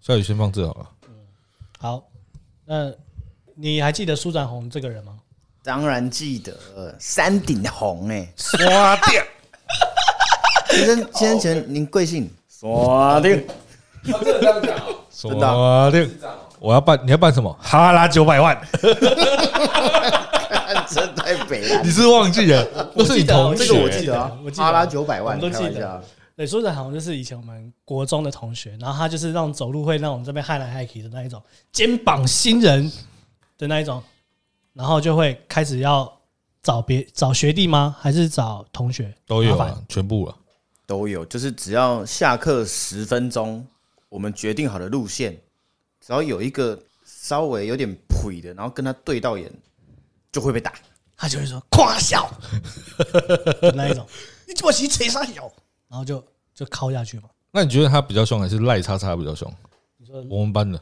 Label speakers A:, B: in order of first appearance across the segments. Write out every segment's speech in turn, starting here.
A: 下雨先放这好了。
B: 好，那你还记得苏展宏这个人吗？
C: 当然记得山顶红哎、
A: 刷掉，
C: 先生先生，请您贵 姓？锁定真的
A: 刷掉。我要办，你要办什么？哈拉九百万，
C: 这太北了
A: 你。是忘记了？那是你同
C: 这
A: 学，
C: 个我记得啊
B: 我，记得
C: 阿拉九百万，
B: 我们都记得
C: 开玩笑
B: 对，苏展宏就是以前我们国中的同学，然后他就是那种走路会让我们这边害来害去的那一种，肩膀新人的那一种，然后就会开始要找别找学弟吗？还是找同学？
A: 都有
B: 麻烦
A: 啊，全部啊。
C: 都有，就是只要下课十分钟，我们决定好的路线，只要有一个稍微有点痞的，然后跟他对到眼，就会被打。
B: 他就会说夸小的那一种，你怎么洗扯上小？然后就就敲下去嘛。
A: 那你觉得他比较凶，还是赖叉叉比较凶？
B: 你说
A: 我们班的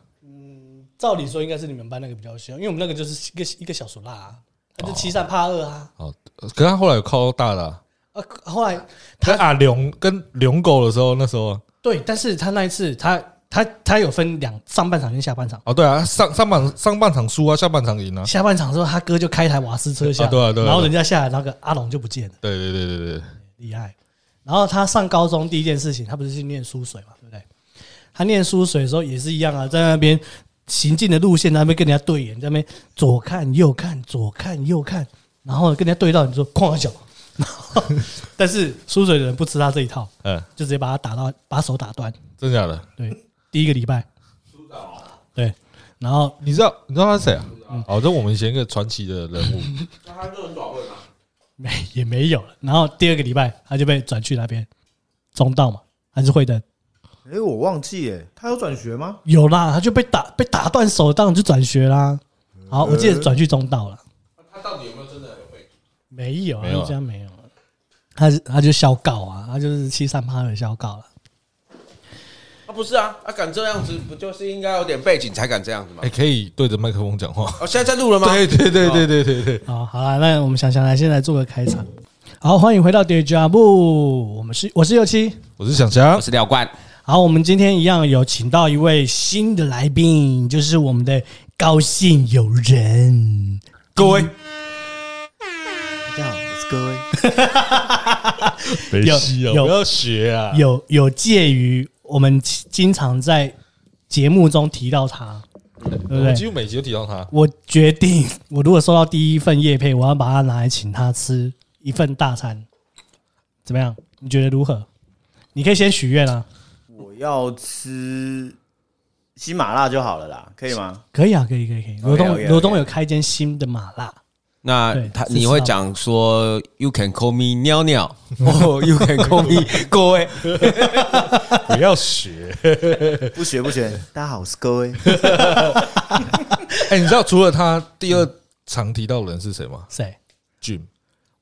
B: 照理说应该是你们班那个比较凶，因为我们那个就是一个一个小俗辣、啊，他就欺善怕恶啊。
A: 哦，呃可是他后来有靠大的啊，
B: 啊，后来
A: 他啊龙跟龙狗的时候，那时候啊
B: 对，但是他那一次他他他有分两上半场跟下半场，
A: 哦，对啊，上上半上半场输啊，下半场赢啊。
B: 下半场的时候他哥就开一台瓦斯车下来，
A: 啊对啊对啊对啊
B: 然后人家下来，那个阿龙就不见了，
A: 对对对对对，
B: 厉害。然后他上高中第一件事情，他不是去念书水嘛，对不对？他念书水的时候也是一样啊，在那边行进的路线，在那边跟人家对眼，在那边左看右看，左看右看，然后跟人家对到，你说哐小， 然后但是输水的人不吃他这一套，
A: 嗯，
B: 就直接把他打到把手打断。
A: 真假的？
B: 对，第一个礼拜，对，然后
A: 你知道你知道他是谁啊？哦，这我们以前一个传奇的人物，
B: 没也没有了，然后第二个礼拜他就被转去那边中道嘛，还是会的，
C: 哎、我忘记哎，他有转学吗？
B: 有啦，他就被打被打断手，当然就转学啦。
C: 嗯
B: 好，我记得转去中道了，
D: 他到底有没有真的有被？
B: 没有，啊
A: 没有，啊
B: 这样没有啊，他是他就消告啊，他就是欺善怕恶消告了。
D: 啊，不是啊，他敢这样子，不就是应该有点背景才敢这样子吗
A: 哎，？可以对着麦克风讲话。
D: 哦，现在在录了吗？
A: 对对对对对对对，
B: 好，好了，那我们想想来，先来做个开场。好，欢迎回到 Deja Vu，我们是我是右七，
A: 我是想想
D: 我，是廖冠，
B: 好，我们今天一样有请到一位新的来宾，就是我们的高兴友人。
A: 各位
C: 大家好，我是各位。
A: 没戏啊，
B: 有
A: 不要学啊。
B: 有有介于我们经常在节目中提到他，对不
A: 我几
B: 对？
A: 乎每集都提到他。
B: 我决定，我如果收到第一份叶配，我要把它拿来请他吃一份大餐，怎么样？你觉得如何？你可以先许愿啊，
C: 我要吃喜马拉就好了啦，可以 吗？
B: 可以啊，可以，可以，可以。罗东
C: OK，OK，OK
B: 罗东有开一间新的麻辣，
D: 那
B: 对
D: 他
B: 是
D: 你会讲说 “You can call me 尿尿”， 哦，“You can call me 各位
A: 不要学。
C: 不学不学。大家好，我是各位。
A: 哎，你知道除了他，第二常提到的人是谁吗
B: 谁？
A: ？Jim。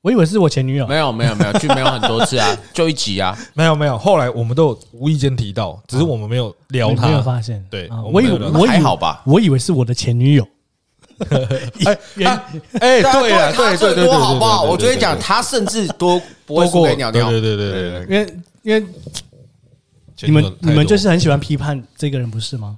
B: 我以为是我前女友”，
D: 没有没有没有，去没有很多次啊， 就一集啊，
A: 没有没有，后来我们都有无意间提到，只是我们没有聊
B: 你
A: 他。
B: 没有发现？
A: 对
B: 啊
A: 我们
B: 我以
A: 没
B: 为
A: 有聊
B: 我以为
D: 还好吧
B: 我以为是我的前女友。
A: 哎
B: 原
A: 啊哎，对啊，对对对对，
D: 多好不好？
A: 对
D: 我昨天讲，他甚至多不会输给鸟鸟，
A: 对对对对对
B: 因为因为
A: 对，
B: 你
A: 前
B: 们
A: 途太
B: 你们
A: 多
B: 就是很喜欢批判这个人，不是吗？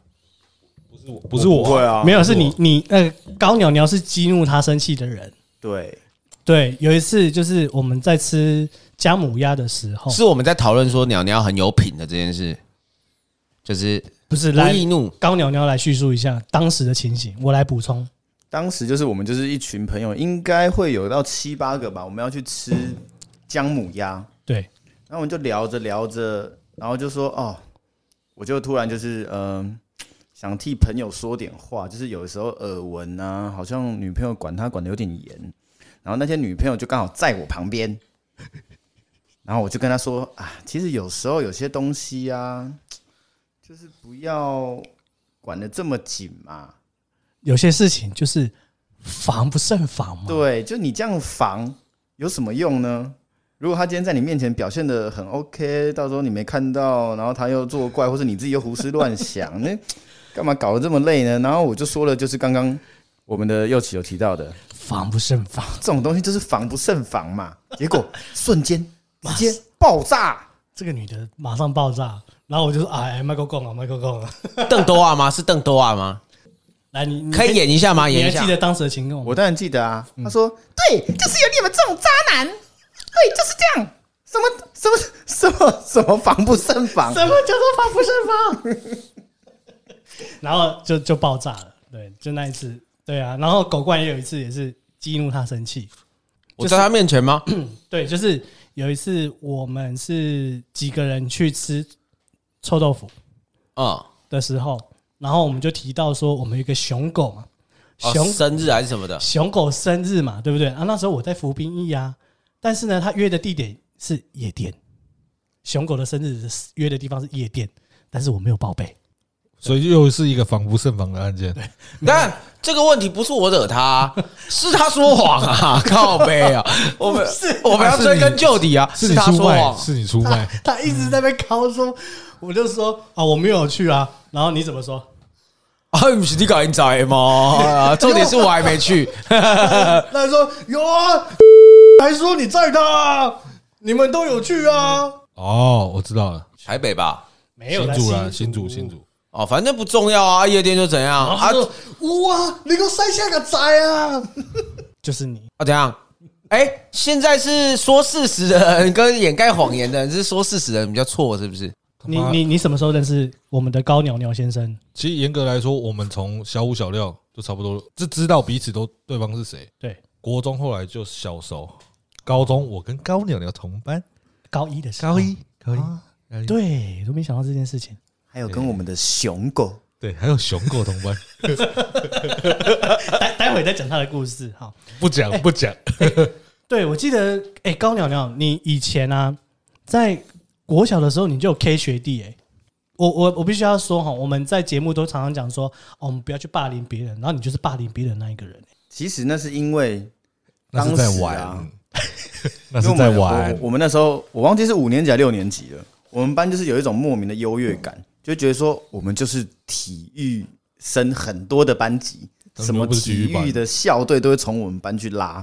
A: 不是我不是我
C: 不会啊，
B: 没有，是你你那个高鸟鸟是激怒他生气的人。
C: 对，
B: 对，有一次就是我们在吃姜母鸭的时候，
D: 是我们在讨论说鸟鸟很有品的这件事，就是
B: 不是
D: 不
B: 来
D: 易怒。
B: 高鸟鸟来叙述一下当时的情形，我来补充。
C: 当时就是我们就是一群朋友，应该会有到七八个吧。我们要去吃姜母鸭，
B: 对，
C: 然后我们就聊着聊着，然后就说哦，我就突然就是嗯、呃想替朋友说点话，就是有的时候耳闻啊，好像女朋友管他管的有点严，然后那天女朋友就刚好在我旁边，然后我就跟她说啊，其实有时候有些东西啊，就是不要管的这么紧嘛。
B: 有些事情就是防不胜防嘛。
C: 对，就你这样防有什么用呢？如果他今天在你面前表现的很 OK，到时候你没看到，然后他又作怪，或是你自己又胡思乱 想，那干嘛搞得这么累呢？然后我就说了，就是刚刚我们的右起有提到的，
B: 防不胜防。
C: 这种东西就是防不胜防 嘛。结果瞬间直接爆炸，
B: 这个女的马上爆炸，然后我就说：“哎，麦克讲啊，麦克讲啊，
D: 邓多啊吗？是邓多啊吗？
B: 来你你
D: 可以演一下吗？
B: 嗯你
D: 演
B: 还
D: 一下
B: 记。得当时的情况吗
C: 我？当然记得啊。他说：“对，就是有你们这种渣男，对，就是这样，什么什么什么什么防不胜防，
B: 什么叫做防不胜 防？然后就就爆炸了，对，就那一次，对啊。然后狗冠也有一次也是激怒他生气，
D: 我在他面 前吗？
B: 对，就是有一次我们是几个人去吃臭豆腐
D: 嗯，
B: 的时候，然后我们就提到说我们有一个熊狗嘛，
D: 哦
B: 熊、
D: 生日还是什么的？
B: 熊狗生日嘛，对不对？啊，那时候我在服兵役啊，但是呢，他约的地点是夜店，熊狗的生日是约的地方是夜店，但是我没有报备。
A: 所以又是一个防不胜防的案件。
D: 但这个问题不是我惹他 啊、是他说谎 啊！靠背啊，我们我们要追根究底啊，
A: 是你
D: 他
A: 出
D: 说
A: 卖，
D: 谎。
A: 是你出卖，
B: 他一直在那边敲说，我就说啊，我没有去啊。然后你怎么说？
D: 啊，不是你搞人宅吗？啊 重点是我还没 去。
B: 他说有啊，还说你载他、啊，你们都有去啊。
A: 哦，我知道了，
D: 台北吧，
B: 没有
A: 新
B: 啦
A: 主啦，新主新。主，
D: 哦，反正不重要啊，夜店就怎样啊
B: 他说哇，你给我塞下个仔啊！就是你，
D: 啊怎样？哎、现在是说事实的人跟掩盖谎言的人是说事实的人比较错，是不是？
B: 你
A: 妈
B: 你你什么时候认识我们的高鸟鸟先生？
A: 其实严格来说，我们从小五小六就差不多，就知道彼此都对方是谁。
B: 对，
A: 国中后来就小熟，高中我跟高鸟鸟同班，
B: 高一的时候，
A: 高一高一
B: 啊
A: 高一
B: 对，都没想到这件事情。
C: 还有跟我们的熊狗。”
A: 对，还有熊狗 同班，
B: 待待会再讲他的故事。好，
A: 不讲不讲，
B: 对我记得，哎、高鸟鸟，你以前啊，在国小的时候你就有 K 学弟、哎，我我我必须要说哈，我们在节目都常常讲说，哦，我们不要去霸凌别人，然后你就是霸凌别人那一个人、
C: 其实那是因为
A: 那是在
C: 当
A: 玩
C: 时，
A: 那是
C: 因为我
A: 在
C: 们
A: 玩
C: 我。我们那时候我忘记是五年级还是六年级了，我们班就是有一种莫名的优越感，就觉得说我们就是体育生很多的班级，
A: 他们
C: 什么
A: 都不是体
C: 体
A: 育班
C: 育的校队都会从我们班去拉。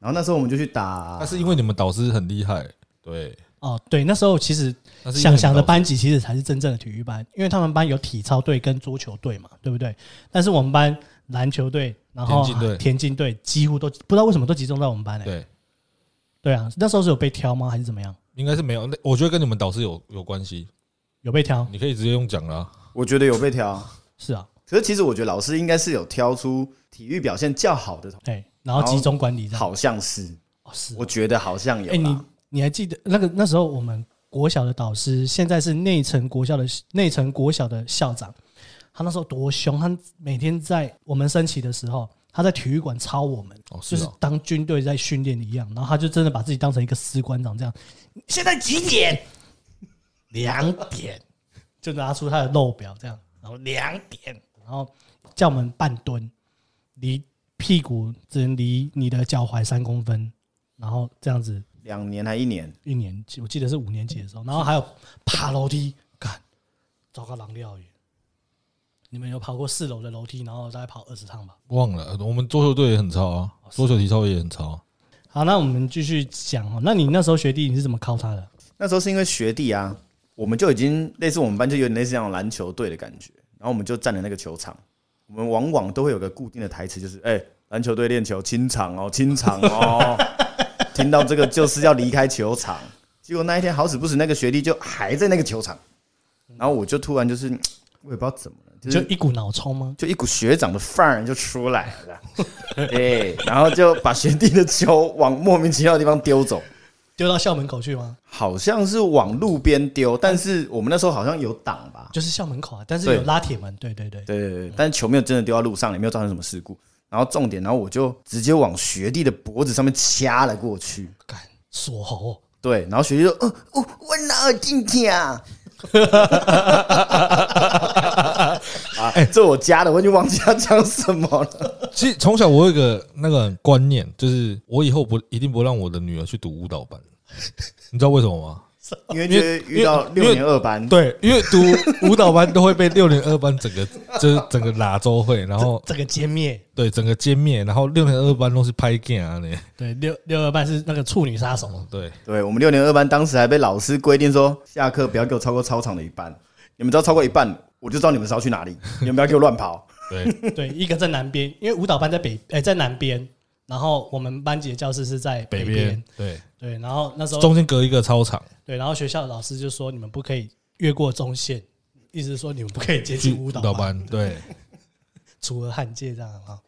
C: 然后那时候我们就去打，
A: 那是因为你们导师很厉害，对，
B: 哦，对，那时候其实
A: 那是因为
B: 想想
A: 你
B: 的
A: 们导师
B: 班级其实才是真正的体育班，因为他们班有体操队跟桌球队嘛，对不对？但是我们班篮球队，然后
A: 田径队
B: 田径队几乎都不知道为什么都集中在我们班哎、
A: 对，
B: 对啊，那时候是有被挑吗？还是怎么样？
A: 应该是没有。那我觉得跟你们导师有有关系，
B: 有被挑？
A: 你可以直接用讲啦。
C: 我觉得有被挑，
B: 是啊，
C: 可是其实我觉得老师应该是有挑出体育表现较好的同，
B: 对，哎然后
C: 然后
B: 集中管理这样。
C: 好像是，
B: 哦，是啊
C: 我觉得好像有
B: 哎、你
C: 啦。
B: 你还记得那个那时候我们国小的导师，现在是内城国校的内城国小的校长，他那时候多凶，他每天在我们升旗的时候，他在体育馆抄我们，
A: 哦，是
B: 就是
A: 哦，
B: 当军队在训练一样，然后他就真的把自己当成一个士官长这样。现在几点？两点，就拿出他的肉表这样，然后两点，然后叫我们半蹲，离屁股只能离你的脚踝三公分，然后这样子
C: 两年还一年，
B: 一年级，我记得是五年级的时候，然后还有爬楼梯，干，糟糕，狼料耶！你们有跑过四楼的楼梯，然后大概跑二十趟吧？
A: 忘了。我们桌球队也很超啊，桌球体操也很超啊。
B: 好，那我们继续讲哦。那你那时候学弟你是怎么靠他的？
C: 那时候是因为学弟啊，我们就已经类似我们班就有点类似像篮球队的感觉，然后我们就占了那个球场。我们往往都会有个固定的台词，就是哎，篮、球队练球清场哦，清场哦。听到这个就是要离开球场。结果那一天好死不死，那个学弟就还在那个球场，然后我就突然就是我也不知道怎么了，就是
B: 就一股脑冲吗？
C: 就一股学长的范儿就出来了， 对，然后就把学弟的球往莫名其妙的地方丢走，
B: 丢到校门口去吗？
C: 好像是往路边丢，但是我们那时候好像有挡吧，
B: 就是校门口啊，但是
C: 对
B: 有拉铁门。对对对，
C: 对对对，但球没有真的丢到路上，也没有造成什么事故。然后重点，然后我就直接往学弟的脖子上面掐了过去，
B: 干锁喉，
C: 对，然后学弟就，哦，我我哪有进去啊？ 啊，这我加的，我已经忘记他讲什么了。
A: 其实从小我有一个那个 观念，就是我以后不一定不让我的女儿去读舞蹈班，你知道为什么吗？
C: 因为就会遇到
A: 因为因
C: 六
A: 为
C: 年二班，
A: 对，因为读舞蹈班都会被六年二班整个 就是整个拉州会，然后
B: 这个歼灭，
A: 对整个歼灭，然后六年二班都是拍 g 啊呢，
B: 对六六二半是那个处女杀手，
A: 对，
C: 对我们六年二班当时还被老师规定说，下课不要给我超过操场的一半，你们只要超过一半，我就知道你们是要去哪里，你们不要给我乱跑。
A: 对，
B: 对，一个在南边，因为舞蹈班在北，哎、在南边，然后我们班级的教室是在
A: 北边
B: 边，，
A: 对，
B: 对，然后那时候
A: 中间隔一个操场，
B: 对，然后学校的老师就说你们不可以越过中线，意思是说你们不可以接近舞蹈班，
A: 班，对，
B: 除了汉界这样啊，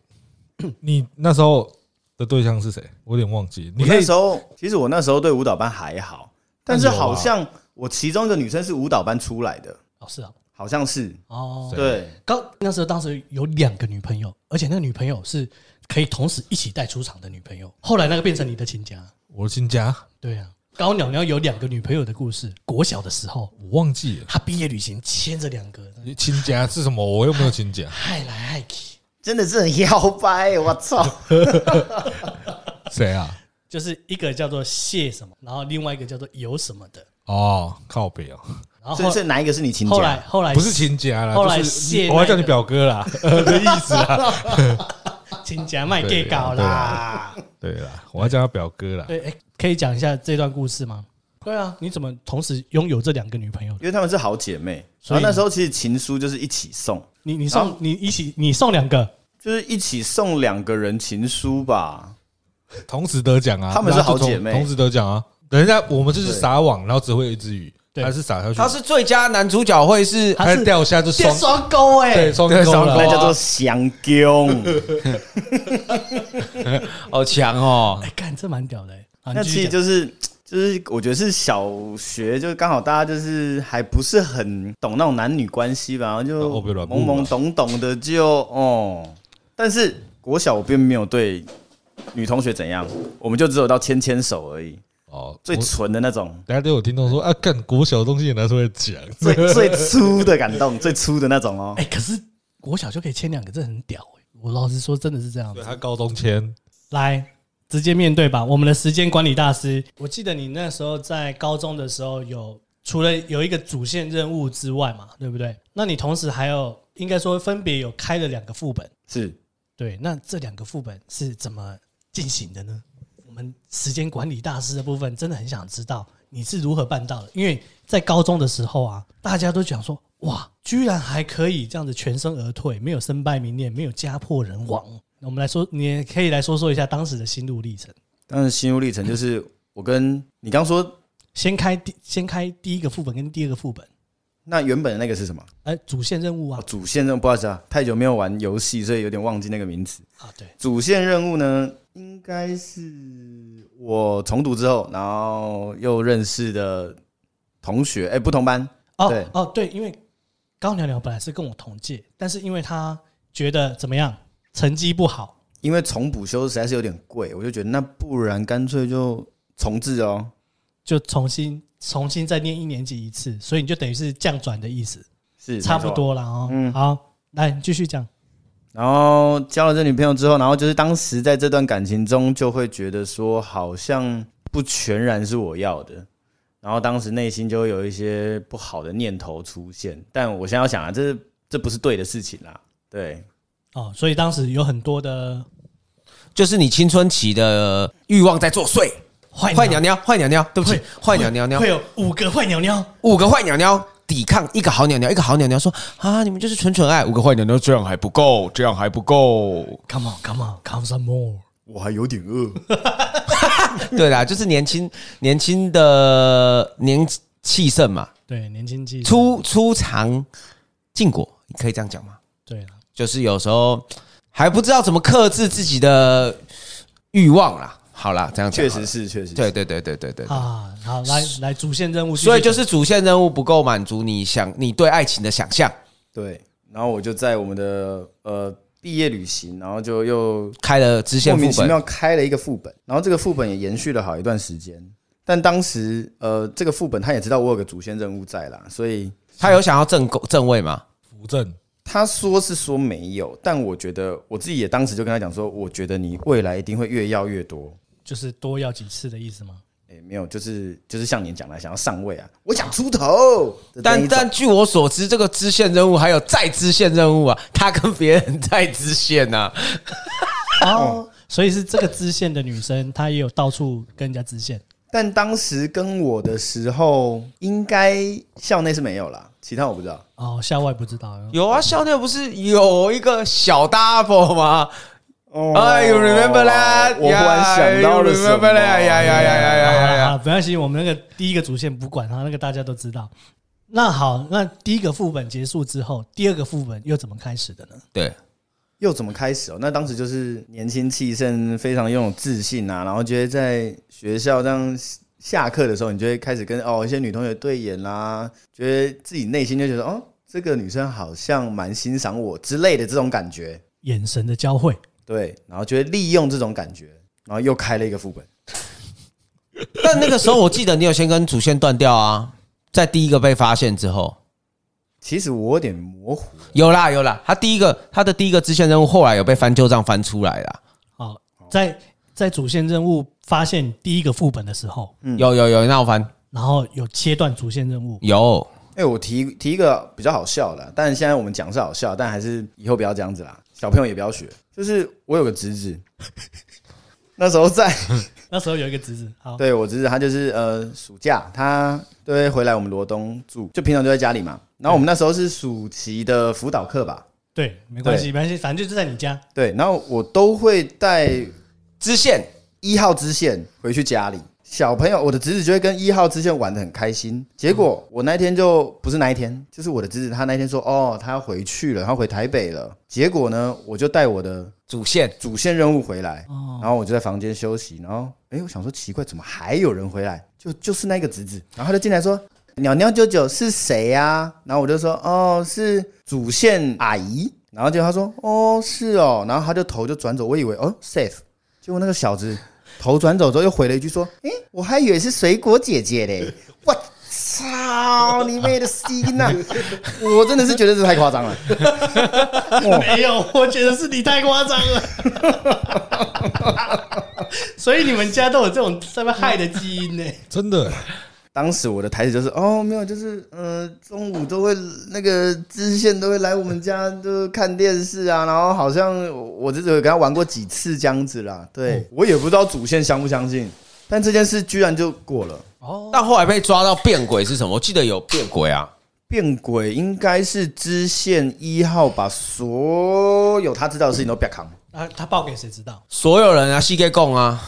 A: 你那时候的对象是谁？我有点忘记，你
C: 我
A: 可
C: 那
A: 以
C: 时候其实我那时候对舞蹈班还好，但是
A: 有吧
C: 好像我其中一个女生是舞蹈班出来的，
B: 哦是啊，
C: 好像是
B: 哦
A: 对，
C: 对，
B: 刚那时候当时有两个女朋友，而且那个女朋友是可以同时一起带出场的女朋友，后来那个变成你的亲家，
A: 我新家，
B: 对啊，高鸟鸟有两个女朋友的故事，国小的时候。
A: 我忘记了。
B: 他毕业旅行牵着两个，
A: 亲家是什么？我又没有亲家，
B: 害来害去，
C: 真的是很摇摆，我操！
A: 谁啊？
B: 就是一个叫做谢什么，然后另外一个叫做有什么的，
A: 哦，靠北哦，
B: 然后
C: 所以
B: 后
C: 是哪一个是你亲
B: 后来
C: 家？
B: 后来
A: 不是亲家啦，
B: 哎后来
A: 就是
B: 谢那
A: 我还叫
B: 个
A: 你表哥 啦呃的意思啊啦。
B: 亲家卖
A: 对
B: 给搞
A: 对
B: 啦
A: 啦。对啦，我还叫他表哥啦。
B: 对，哎，可以讲一下这段故事吗？对啊，你怎么同时拥有这两个女朋友的？
C: 因为她们是好姐妹，
B: 所
C: 然
B: 以
C: 后那时候其实情书就是一起送，
B: 你你
C: 然
B: 送你一起你送两个，
C: 就是一起送两个人情书吧。
A: 同时得奖啊，
C: 她们是好姐妹
A: 然后就同同时得奖啊。等一下，我们就是
C: 对
A: 撒网，然后只会有一只鱼，
B: 对
A: 他是撒下去，
D: 他是最佳男主角会是
B: 他是
A: 它掉下就双
B: 变双钩哎
A: 对，双
D: 对
A: 钩
D: 双
A: 了
D: 钩啊
C: 那叫做相公，
D: 好强哦，
B: 哎，干这蛮屌的哎。啊
C: 那
B: 你继
C: 其
B: 续
C: 实
B: 讲
C: 就是就是，我觉得是小学，就刚好大家就是还不是很懂那种男女关系吧，然后
A: 哦
C: 就
A: 不然不
C: 懵懵懂懂的就哦。但是国小我并没有对女同学怎样，我们就只有到牵牵手而已，
A: 哦。
C: 最
A: 我
C: 纯的 那种，
A: 等一下都有听众说啊，干国小的东西也拿出来讲，
C: 最最粗的感动，最粗的那种哦。
B: 哎，可是国小就可以牵两个，这很屌哎。我老实说，真的是这样
A: 对
B: 子。
A: 他高中签
B: 来，直接面对吧。我们的时间管理大师，我记得你那时候在高中的时候有，除了有一个主线任务之外嘛，对不对？那你同时还有，应该说分别有开了两个副本，
C: 是
B: 对。那这两个副本是怎么进行的呢？我们时间管理大师的部分真的很想知道你是如何办到的，因为在高中的时候啊，大家都讲说，哇，居然还可以这样子全身而退，没有身败名裂，没有家破人亡。那我们来说，你也可以来说说一下当时的心路历程。
C: 但是心路历程就是我跟你刚说
B: 先开第先开第一个副本跟第二个副本，
C: 那原本的那个是什么？
B: 哎、主线任务啊
C: 哦，主线任务不好意思啊，太久没有玩游戏，所以有点忘记那个名词。
B: 啊对，
C: 主线任务呢，应该是我重读之后，然后又认识的同学，哎、不同班，对
B: 哦哦对，因为高鸟鸟本来是跟我同届，但是因为他觉得怎么样，成绩不好，
C: 因为重补修实在是有点贵，我就觉得那不然干脆就重置哦。
B: 就重新重新再念一年级一次，所以你就等于是降转的意思，
C: 是
B: 差不。
C: 没错
B: 多了哦。
D: 嗯
B: 好，来你继续讲。
C: 然后交了这女朋友之后，然后就是当时在这段感情中，就会觉得说好像不全然是我要的，然后当时内心就会有一些不好的念头出现。但我现在要想啊，这这不是对的事情啦，对，
B: 哦，所以当时有很多的
D: 就是你青春期的欲望在作祟。
B: 坏
D: 坏鸟鸟，坏鸟鸟，对不起，坏鸟鸟鸟
B: 会，有五个坏鸟鸟，
D: 五个坏鸟鸟抵抗一个好鸟鸟，一个好鸟鸟说啊，你们就是纯纯爱，五个坏鸟鸟这样还不够，这样还不够。
B: Come on, come on, come some more。
C: 我还有点饿。
D: 对啦，就是年轻年轻的年气盛嘛，
B: 对，年轻气盛
D: 初初尝禁果，你可以这样讲吗？
B: 对了，
D: 就是有时候还不知道怎么克制自己的欲望啦。好啦，这样 讲
C: 确
D: 好
C: 实
D: 了，
C: 是，确实是
D: 对对对对对对对。
B: 啊，好，来来主线任务继续讲，
D: 所以就是主线任务不够满足你想你对爱情的想象，
C: 对。然后我就在我们的呃毕业旅行，然后就又
D: 开了支线
C: 莫
D: 副
C: 名其
D: 本，
C: 妙开了一个副本，然后这个副本也延续了好一段时间。但当时呃，这个副本他也知道我有个主线任务在啦，所以
D: 他有想要正正位吗？
A: 扶正，
C: 他说是说没有，但我觉得我自己也当时就跟他讲说，我觉得你未来一定会越要越多。
B: 就是多要几次的意思吗？
C: 哎、哎、没有，就是就是像您讲的，想要上位啊，我想出头。
D: 但
C: 但
D: 但据我所知，这个支线任务还有再支线任务啊， 他跟别人在支线呐、啊，
B: 哦，所以是这个支线的女生，她也有到处跟人家支线。
C: 但当时跟我的时候，应该校内是没有啦，其他我不知道。
B: 哦，校外不知道。
D: 有啊，校内不是有一个小 double 吗？
C: 哦
D: 哎，you remember that？
C: 我忽然想到了什
D: Yeah，you
C: 么啊
D: remember that？呀呀呀呀呀呀
B: 啊，
D: 呀！
B: 没关系，我们那个第一个主线不管它，那个大家都知道。那好，那第一个副本结束之后，第二个副本又怎么开始的呢？
D: 对，
C: 又怎么开始哦？那当时就是年轻气盛，非常拥有自信啊，然后觉得在学校这样下课的时候，你就会开始跟哦一些女同学对眼啦，觉得自己内心就觉得哦这个女生好像蛮欣赏我之类的这种感觉，
B: 眼神的交汇，
C: 对，然后就会利用这种感觉，然后又开了一个副本，
D: 但那个时候我记得你有先跟主线断掉啊，在第一个被发现之后，
C: 其实我有点模糊，
D: 有啦有啦，他第一个他的第一个支线任务后来有被翻旧账翻出来啦，
B: 好，在在主线任务发现第一个副本的时候，
C: 嗯
D: 有有有，那我翻
B: 然后有切断主线任务，
D: 有。
C: 哎、我提提一个比较好笑的，但现在我们讲是好笑，但还是以后不要这样子啦，小朋友也不要学。就是我有个侄子， 那时候在，
B: 那时候有一个侄子，好，
C: 对我侄子他就是呃暑假，他都会回来我们罗东住，就平常就在家里嘛。然后我们那时候是暑期的辅导课吧，
B: 对，没关系，没关系，反正就是在你家。
C: 对，然后我都会带
D: 支线
C: 一号支线回去家里。小朋友，我的侄子就会跟一号支线玩的很开心。结果我那天就不是那一天，就是我的侄子他那天说，哦，他要回去了，他回台北了。结果呢，我就带我的
D: 主线
C: 主线任务回来，然后我就在房间休息，然后哎，我想说奇怪，怎么还有人回来？就就是那个侄子，然后他就进来说。鸟鸟九九是谁呀、然后我就说哦，是主线阿姨。然后结果他说哦，是哦。然后他就头就转走，我以为哦 safe，结果那个小子头转走之后又回了一句说：“诶，我还以为是水果姐姐嘞！” 我操，你妹的 C 呐！ 我真的是觉得这太夸张了。
B: 没有，我觉得是你太夸张 了。所以你们家都有这种在被害的基因呢、
A: 真的
C: 当时我的台词就是哦，没有，就是呃，中午都会那个支线都会来我们家就看电视啊，然后好像我我这有跟他玩过几次这样子啦。对、我也不知道主线相不相信，但这件事居然就过了。
D: 但后来被抓到变鬼是什么？我记得有变鬼啊，
C: 变鬼应该是支线一号把所有他知道的事情都不要扛，
B: 啊，他报给谁知道？
D: 所有人啊，西给供啊，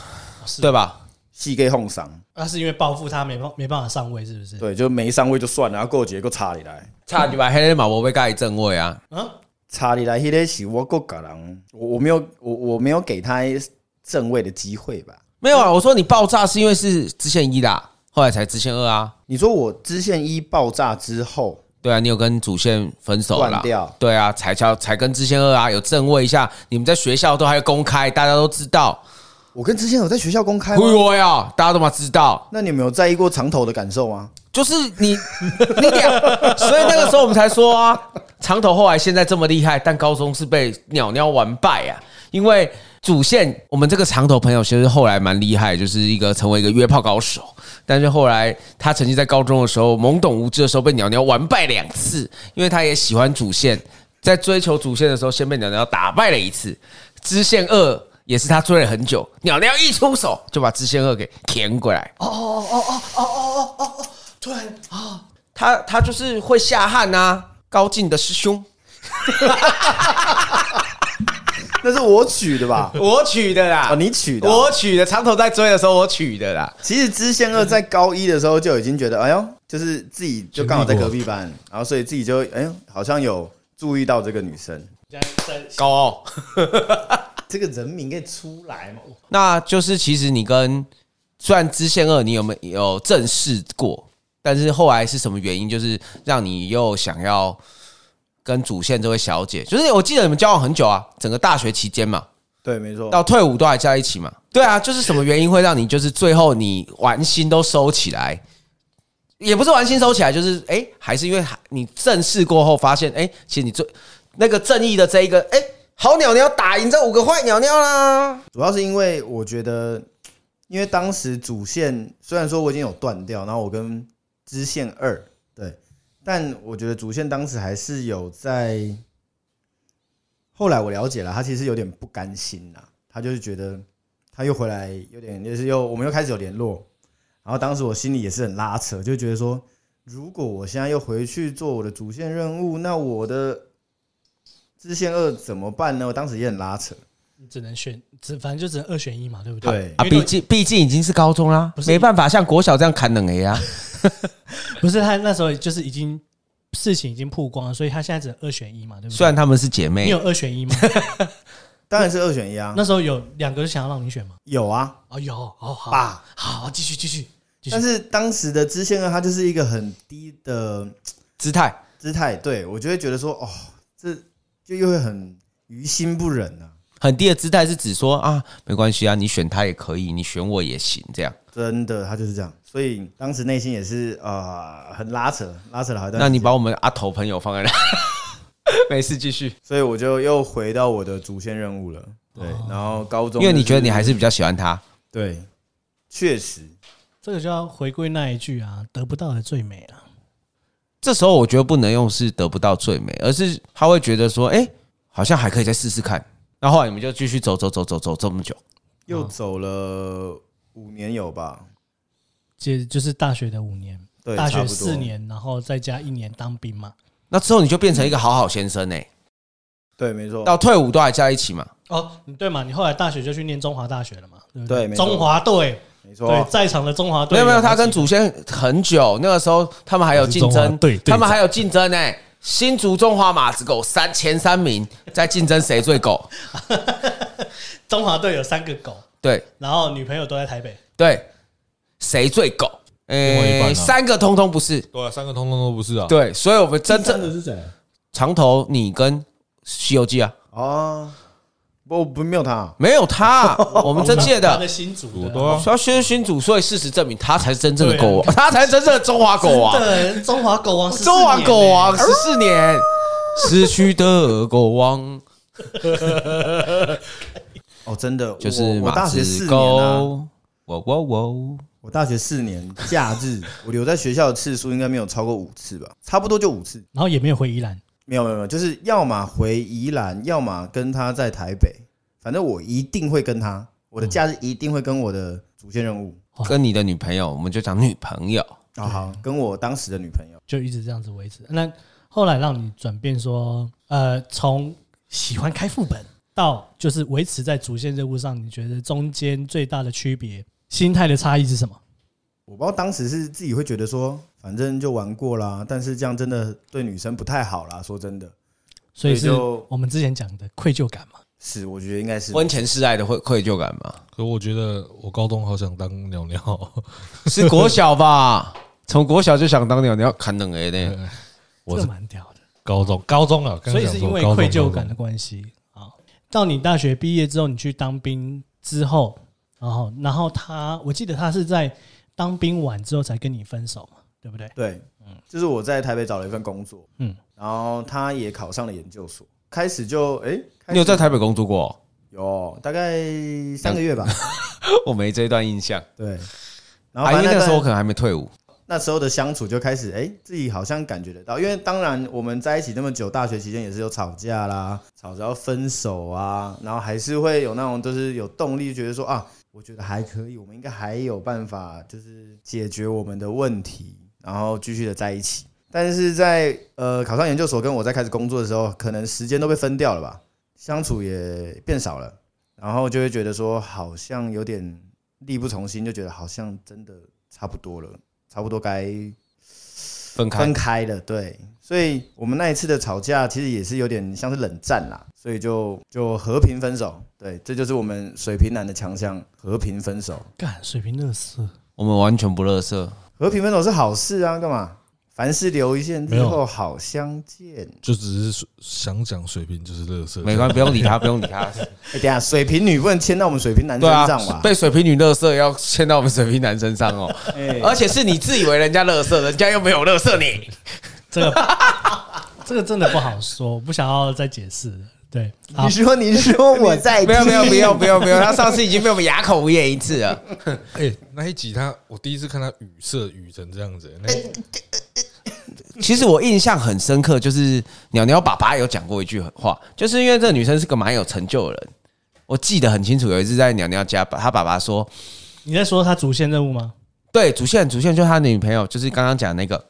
C: 哦
B: 是
D: 对吧？
C: 细给哄伤，
B: 那啊是因为报复他没办没办法上位，是不是？
C: 对，就没上位就算了，然后过节又插你来，
D: 差点把黑人马我被盖正位啊，
B: 啊，
C: 插你来，迄个是我够个人，我我没有我我没有给他正位的机会吧。
D: 没有啊，我说你爆炸是因为是支线一的啊、后来才支线二啊。
C: 你说我支线一爆炸之后，
D: 对啊，你有跟主线分手了
C: 断掉
D: 啦，对啊，才叫才跟支线二啊有正位一下，你们在学校都还公开，大家都知道，哎
C: 我跟支线有在学校公开吗？
D: 忽悠呀，啊大家都嘛知道，
C: 那你们有在意过长头的感受吗？
D: 就是你 你俩，所以那个时候我们才说啊，长头后来现在这么厉害，但高中是被鸟鸟完败啊，因为主线我们这个长头朋友其实后来蛮厉害，就是一个成为一个约炮高手，但是后来他曾经在高中的时候懵懂无知的时候被鸟鸟完败两次，因为他也喜欢主线，在追求主线的时候先被鸟鸟打败了一次，支线二。也是他追了很久，鸟鸟一出手就把支线二给填过来，
B: 突然
D: 他他就是会下汗啊，高进的师兄，？
C: 那是我取的吧
D: 我取的啦，
C: 哦，你取的啊、
D: 我取的，长头在追的时候我取的啦，
C: 其实支线二在高一的时候就已经觉得，哎呦，就是自己就刚好在隔壁班，然后所以自己就哎呦，好像有注意到这个女生。
B: 在在
D: 高傲。
C: 这个人名可以出来吗？
D: 那就是其实你跟虽然支线二你有没有正视过，但是后来是什么原因，就是让你又想要跟主线这位小姐，就是我记得你们交往很久啊，整个大学期间嘛，
C: 对，没错。
D: 到退伍都还在一起嘛？对啊，就是什么原因会让你就是最后你玩心都收起来？也不是玩心收起来，就是哎、诶还是因为还你正视过后发现，哎、其实你最那个正义的这一个，哎、好鸟鸟打赢这五个坏鸟鸟啦。
C: 主要是因为我觉得因为当时主线虽然说我已经有断掉，然后我跟支线二对，但我觉得主线当时还是有在。后来我了解了，他其实有点不甘心啦，他就是觉得他又回来，有点就是又我们又开始有联络，然后当时我心里也是很拉扯，就觉得说，如果我现在又回去做我的主线任务，那我的支线二怎么办呢？我当时也很拉扯，
B: 你只能选，只反正就只能二选一嘛，对不对？
C: 对
D: 啊，
B: 因为
D: 毕竟毕竟已经是高中啦
B: 不，是
D: 没办法像国小这样砍冷 A 啊。
B: 不是他那时候就是已经事情已经曝光了，所以他现在只能二选一嘛，对不对？
D: 嗯虽然他们是姐
B: 你
D: 妹
B: 有，二选一吗？
C: 当然是二选一啊，
B: 那时候有两个就想要让你选吗？
C: 有啊
B: 哦，有哦，好，
C: 吧。
B: 好，继续继续继续
C: 但。是当时的支线二，它就是一个很低的
D: 姿态
C: 姿态，对我就会觉得说，哦，这就又会很于心不忍啊，
D: 很低的姿态是指说啊，没关系啊，你选他也可以，你选我也行，这样。
C: 真的，他就是这样。所以当时内心也是啊、呃很拉扯，拉扯了好一段时间。
D: 那你把我们阿头朋友放在那， 没事继续，
C: 所以我就又回到我的主线任务了。对，然后高中
D: 哦因为你觉得你还
C: 是
D: 是比较喜欢他。
C: 对，确实
B: 这个就要回归那一句啊，得不到的最美啊。
D: 这时候我觉得不能用是得不到最美，而是他会觉得说，哎、好像还可以再试试看。然后后来你们就继续走走走走走这么久，
C: 又走
D: 哦
C: 了五年有吧？
B: 这就是大学的五年，
C: 对，
B: 大
C: 差
B: 学
C: 不多
B: 四。年，然后再加一年当兵嘛。
D: 那之后你就变成一个好好先生哎、
C: 对，没错。
D: 到退伍都还在一起嘛。
B: 哦，你对嘛？你后来大学就去念中华大学了嘛？对不
C: 对没错
B: 中华队，
C: 没错，
B: 嗯对，在场的中华队
D: 没有没有，
B: 几
D: 他
B: 个
D: 跟祖先很久，那个时候他们还有竞
A: 我是中
D: 争
A: 华，队队
D: 他们
A: 长
D: 还有竞争呢、新竹中华马子狗三前三名在竞争谁最狗，
B: 中华队有三个狗，
D: 对
B: 然后女朋友都在台北，
D: 对，谁最狗？
A: 另外一半
D: 诶、
A: 啊
D: 三个通通不是，
A: 对啊，三个通通都不是啊。
D: 对，所以我们真正
C: 的是谁？
D: 长头你跟《西游记》啊，
C: 哦，不不没有他，
D: 没有他、 我们这届
B: 他
D: 的
B: 的新组
A: 我
B: 的
A: 都要
D: 所以要宣宣主，所以事实证明他才是真正的狗王，
B: 对
C: 啊
D: 他才是真正的中华狗王，
B: 对中华狗王，
D: 中华狗王
B: 啊，
D: 十四年，失去的狗王。
C: 哦，真的，
D: 就是
C: 我我
D: 马
C: 大学
D: 子
C: 四年啊，
D: 狗，哇哇哇！
C: 我大学四年假日，我留在学校的次数应该没有超过五次吧，差不多就五次。
B: 然后也没有回宜兰，
C: 没有没有没有，就是要么回宜兰，要么跟他在台北，反正我一定会跟他，我的假日一定会跟我的主线任务
D: 跟你的女朋友，我们就讲女朋友，
C: 啊，好，跟我当时的女朋友，
B: 就一直这样子维持。那后来让你转变说，呃，从喜欢开副本到就是维持在主线任务上，你觉得中间最大的区别、心态的差异是什么？
C: 我不知道当时是自己会觉得说，反正就玩过啦，但是这样真的对女生不太好啦，说真的，
B: 所以是
C: 所以就
B: 我们之前讲的愧疚感嘛。
C: 是我觉得应该是
D: 婚前示爱的愧愧疚感 嘛，
A: 可我觉得我高中好想当鸟鸟，
D: 是国小吧？从国小就想当鸟，你要砍冷哎的，
A: 我
B: 这
A: 是
B: 个蛮屌的，
A: 高中高中啊，刚刚
B: 所以
A: 讲
B: 是
A: 说
B: 因为
A: 高中
B: 愧疚
A: 高
B: 感
A: 中
B: 的关系啊。到你大学毕业之后，你去当兵之后，然后然后他，我记得他是在当兵完之后才跟你分手嘛，对不对？
C: 对，
D: 嗯
C: 就是我在台北找了一份工作，
B: 嗯
C: 嗯，然后他也考上了研究所，开始就哎，开始
D: 你有在台北工作过？
C: 有大概三个月 吧，
D: 我没这一段印象，
C: 对，然后
D: 啊，
C: 反
D: 因
C: 正
D: 为那
C: 段
D: 时候我可能还没退伍，
C: 那时候的相处就开始，哎、自己好像感觉得到，因为当然我们在一起那么久，大学期间也是有吵架啦，吵着要分手啊，然后还是会有那种就是有动力，觉得说啊，我觉得还可以，我们应该还有办法，就是解决我们的问题，然后继续的在一起。但是在呃考上研究所跟我在开始工作的时候，可能时间都被分掉了吧，相处也变少了，然后就会觉得说好像有点力不从心，就觉得好像真的差不多了。差不多该
D: 分开
C: 分。开了，对，所以我们那一次的吵架其实也是有点像是冷战啦，所以就就和平分手，对，这就是我们水瓶男的强项，和平分手，
B: 干，水平乐色。
D: 我们完全不乐色，
C: 和平分手是好事啊，干嘛？凡事留一线，
A: 没
C: 日
A: 有
C: 后好相见。
A: 就只是想讲水平就是乐色，
D: 没关系，不用理 他，不用理他。
C: 哎、等一下水瓶女不能牵到我们水瓶男身
D: 对啊
C: 上吧，？
D: 被水瓶女乐色要牵到我们水瓶男身上哦，
C: 哎
D: 而且是你自以为人家乐色，人家又没有乐色你。
B: 这个这个真的不好说，不想要再解释了。对，好
C: 你，说你说 我在
D: 没有没有
C: 听
D: 不用不用不用，他上次已经被我们哑口无言一次了。
A: 哎、那一集他，我第一次看他语塞语成这样子、那
D: 哎
A: 一集
D: 其实我印象很深刻，就是鸟鸟爸爸有讲过一句话，就是因为这个女生是个蛮有成就的人，我记得很清楚。有一次在鸟鸟家，他爸爸说，
B: 你在说他主线任务吗？
D: 对，主线主线就是他女朋友，就是刚刚讲那个。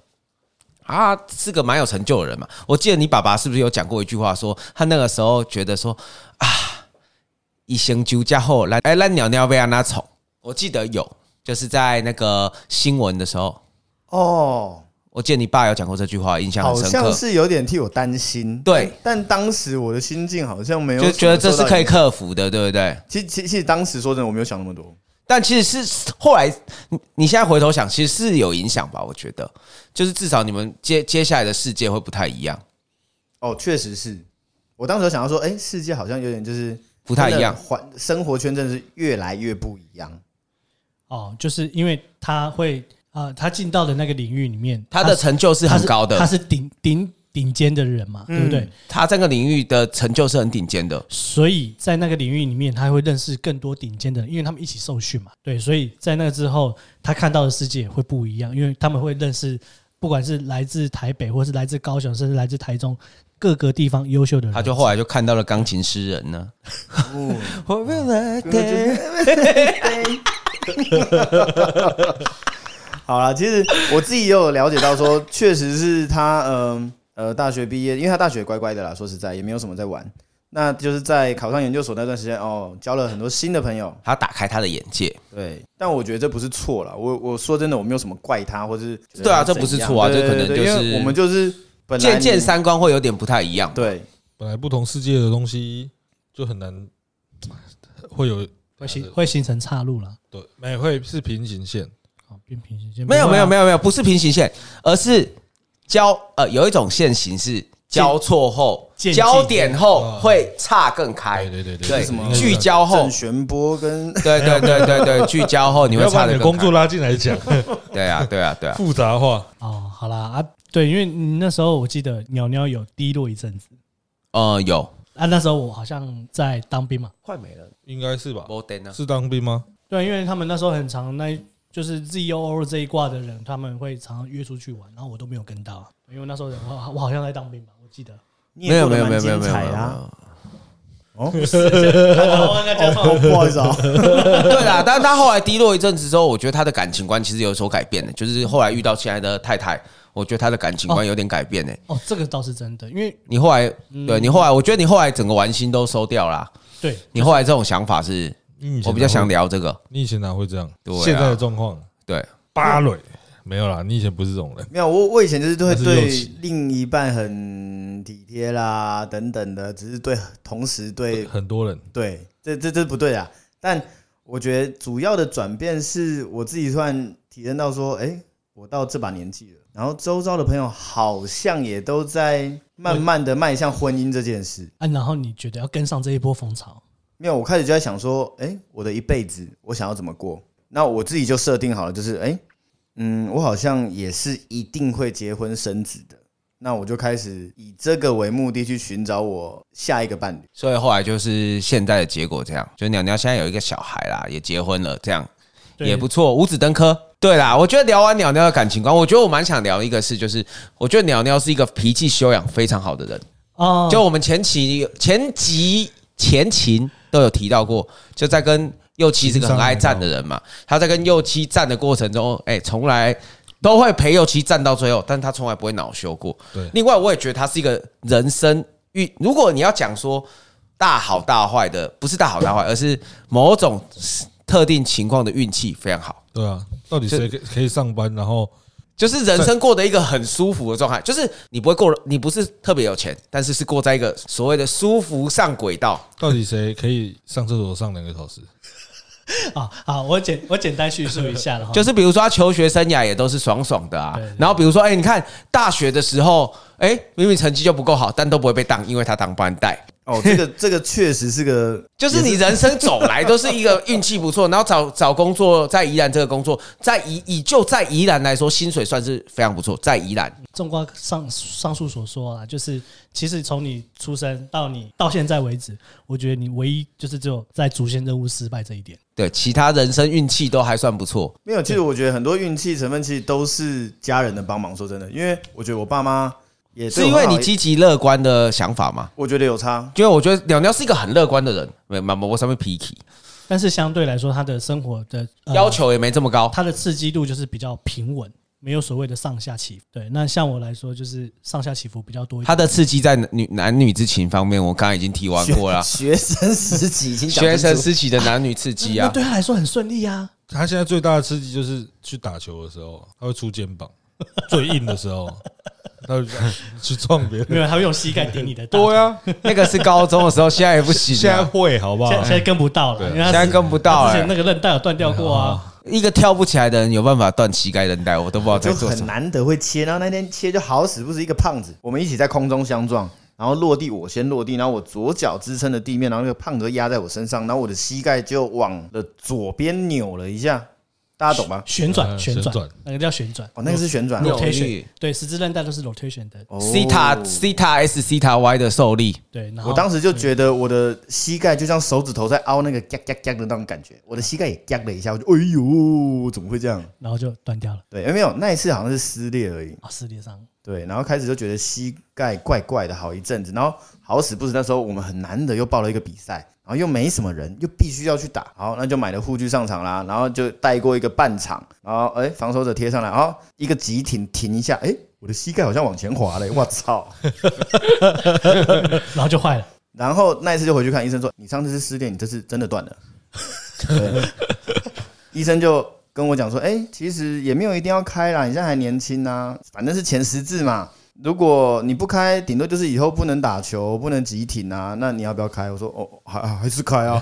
D: 啊，是个蛮有成就的人嘛。我记得你爸爸是不是有讲过一句话说他那个时候觉得说啊，一生酒家后来，哎，那鸟鸟被安娜宠。我记得有，就是在那个新闻的时候，
C: 哦，
D: 我记得你爸有讲过这句话，印象
C: 好
D: 很深刻
C: 像。是有点替我担心。
D: 对
C: 但，但当时我的心境好像没有
D: 就觉得这是
C: 什么受到
D: 可以
C: 影响。
D: 克服的，对不对？
C: 其实其实其实当时说真的，我没有想那么多。
D: 但其实是后来，你你现在回头想，其实是有影响吧？我觉得，就是至少你们接接下来的世界会不太一样，
C: 哦，确实是我当时想要说，哎、世界好像有点就是
D: 不太一
C: 真
D: 样
C: 的环生活圈真的是越来越不一样。
B: 哦，就是因为他会啊、呃他进到的那个领域里面，
D: 他的成就是很高的嗯
B: 他，是顶顶顶尖的人嘛，对不对？
D: 他这个领域的成就是很顶尖
C: 嗯
D: 的。
B: 所以在那个领域里面，他会认识更多顶尖的人，因为他们一起受训嘛。对，所以在那之后，他看到的世界会不一样，因为他们会认识，不管是来自台北，或是来自高雄，甚至来自台中各个地方优秀的人。
D: 他就后来就看到了钢琴诗人呢。哦 我没有来的
C: 好啦，其实我自己也有了解到说，确实是他，嗯呃大学毕业，因为他大学乖乖的啦，说实在也没有什么在玩。那就是在考上研究所那段时间，哦，交了很多新的朋友，
D: 他打开他的眼界，
C: 对，但我觉得这不是错了。我我说真的，我没有什么怪他，或是觉得
D: 对啊
C: 他
D: 这不是
C: 怎样
D: 错啊
C: 对
D: 这可
C: 对
D: 能
C: 对
D: 就
C: 因为
D: 是
C: 我们就是本来
D: 渐渐
C: 你
D: 三观会有点不太一样。
C: 对
A: 本来不同世界的东西就很难会有
B: 会形会形成岔路了。
A: 对，没会是平行线，
B: 好，变平行线
D: 没有没有没
B: 有，
D: 有没有，不是平行线，而是交呃有一种线型是交错后
B: 渐进
D: 交点后
A: 哦
D: 会岔更开
A: 对，对对
D: 哎对
A: 对，
C: 是什么
D: 聚焦后
C: 郑，玄波跟
D: 对对对对 对，聚焦后你
A: 你
D: 会
A: 要把
D: 岔
A: 你
D: 的
A: 的工作，拉进来 讲，
D: 对啊对啊对啊，
A: 复杂化，
B: 哦，好啦啊，对，因为你那时候我记得鸟鸟有低落一阵子
D: 呃有
B: 啊，那时候我好像在当兵嘛。
D: 快没了，
A: 应该是吧？
D: 没电了，
A: 是当兵吗？
B: 对，因为他们那时候很常，那就是 ZOO 这一挂的人，他们会常常约出去玩，然后我都没有跟到啊，因为那时候我好我好像在当兵吧，我记 得。
C: 你
D: 没
C: 也
D: 有
C: 做
D: 没
C: 得
D: 有
C: 蛮
D: 没有没有
C: 精
D: 没有
C: 彩
D: 没
C: 的啊
D: 有。
C: 哦，
B: 哦
C: 哦不好意思啊，
D: 对啦，但他后来低落一阵子之后，我觉得他的感情观其实有所改变的，就是后来遇到现在的太太，我觉得他的感情观有点改变呢。
B: 哦，这个倒是真的，因为
D: 你后来，
A: 嗯
D: 对你后来，我觉得你后来整个玩心都收掉啦。
B: 对
D: 你后来这种想法是，
A: 你以前
D: 我比较
A: 哪
D: 想
A: 会，
D: 聊这个。
A: 你以前哪会这样
D: 对啊？
A: 现在的状况，
D: 对，
A: 芭蕾没有啦，你以前不是这种人，
C: 没有我我以前就是都会
A: 那是
C: 对
A: 右起
C: 另一半很体贴啦，等等的，只是对同时对
A: 很多人
C: 对，这这这不对啊！但我觉得主要的转变是我自己突然体验到说，哎，我到这把年纪了，然后周遭的朋友好像也都在慢慢的迈向婚姻这件事。
B: 啊，然后你觉得要跟上这一波风潮，
C: 没有，我开始就在想说，哎，我的一辈子我想要怎么过？那我自己就设定好了，就是哎，嗯，我好像也是一定会结婚生子的。那我就开始以这个为目的去寻找我下一个伴侣。
D: 所以后来就是现在的结果这样，就鸟鸟现在有一个小孩啦，也结婚了，这样
B: 对
D: 也不错，五子登科。对啦，我觉得聊完鸟鸟的感情观，我觉得我蛮想聊一个事，就是我觉得鸟鸟是一个脾气修养非常好的人。
B: 哦，
D: 就我们前期前集前情都有提到过，就在跟右七这个很爱战的人嘛，他在跟右七战的过程中，哎，从来都会陪右七战到最后，但他从来不会恼羞过。
A: 对
D: 另外我也觉得他是一个人生遇，如果你要讲说大好大坏的，不是大好大坏，而是某种特定情况的运气非常好。
A: 对啊，到底谁可以可以上班，然后
D: 就是人生过得一个很舒服的状态，就是你不会过，你不是特别有钱，但是是过在一个所谓的舒服上轨道，
A: 到底谁可以上厕所上两个小时？
B: 啊，好，我简我简单叙述一下了哈，
D: 就是比如说他求学生涯也都是爽爽的啊
B: 对对。
D: 然后比如说，哎，你看大学的时候，哎，明明成绩就不够好，但都不会被当，因为他当班带。
C: 哦，这个这个确实是个，
D: 就是你人生走来都是一个运气不错，然后找找工作，在宜兰这个工作，在宜以就在宜兰来说，薪水算是非常不错，在宜兰
B: 种瓜上上述所说啊，就是其实从你出生到你到现在为止，我觉得你唯一就是只有在主线任务失败这一点。
D: 对其他人生运气都还算不错。
C: 没有，其实我觉得很多运气成分其实都是家人的帮忙。说真的，因为我觉得我爸妈也对
D: 是因
C: 我
D: 为
C: 很好
D: 你积极乐观的想法吗？
C: 我觉得有差。
D: 因为我觉得鸟鸟是一个很乐观的人，没蛮我上面 picky，
B: 但是相对来说，他的生活的、呃
D: 要求也没这么高。
B: 它的刺激度就是比较平稳，没有所谓的上下起伏。对，那像我来说，就是上下起伏比较多一点。
D: 他的刺激在女男女之情方面，我刚刚已经提完过了。
C: 学生时期已经讲
D: 啊学生
C: 清楚
D: 时期的男女刺激
B: 那
D: 啊，
B: 对他来说很顺利啊。
A: 他现在最大的刺激就是去打球的时候，他会出肩膀， 最硬的时候，他会去撞别
B: 没
A: 人。
B: 有，他会用膝盖顶你的大腿。
A: 对啊，
D: 那个是高中的时候，现在也不行
A: 现在
D: 啊，
A: 会好不好
B: 现在，？现在啊跟不到了，
A: 对
B: 因为他
D: 现在跟不到
B: 他之
D: 哎、
B: 前那个韧带有断掉过啊。
D: 一个跳不起来的人有办法断膝盖韧带，我都不知道在
C: 就
D: 做什
C: 很
D: 么。
C: 难得会切，然后那天切就好死不死一个胖子，我们一起在空中相撞，然后落地我先落地，然后我左脚支撑的地面，然后那个胖子压在我身上，然后我的膝盖就往了左边扭了一下，大家懂吗？
B: 旋转，
A: 嗯
B: 呃旋
A: 旋
B: 转
A: 转，
B: 那个叫旋转
C: 哦，那个是旋转
D: 扭
B: ，rotation
D: 力。
B: 对，十字韧带都是 rotation 的。
C: 哦
D: C 塔 C 塔 S C 塔 Y 的受力，
B: 对，然后嗯
C: 我当时就觉得我的膝盖就像手指头在凹那个夹夹夹的那种感觉，我的膝盖也夹了一下，我就哎呦，怎么会这样？
B: 然后就断掉了
C: 对，哎没有，那一次好像是撕裂而已。
B: 啊，撕裂伤。
C: 对，然后开始就觉得膝盖怪怪的，好一阵子，然后好死不死那时候我们很难得又报了一个比赛，然后又没什么人，又必须要去打，好，那就买了护具上场啦，然后就带过一个半场，然后哎防守者贴上来，然后一个急停停一下，哎我的膝盖好像往前滑嘞，我操！
B: 然后就坏了。
C: 然后那一次就回去看医生说，你上次是失恋，你这次真的断了。 对医生就跟我讲说，哎、其实也没有一定要开啦，你现在还年轻啊，反正是前十字嘛。如果你不开，顶多就是以后不能打球，不能集体啊。那你要不要开？我说哦，还还是开啊。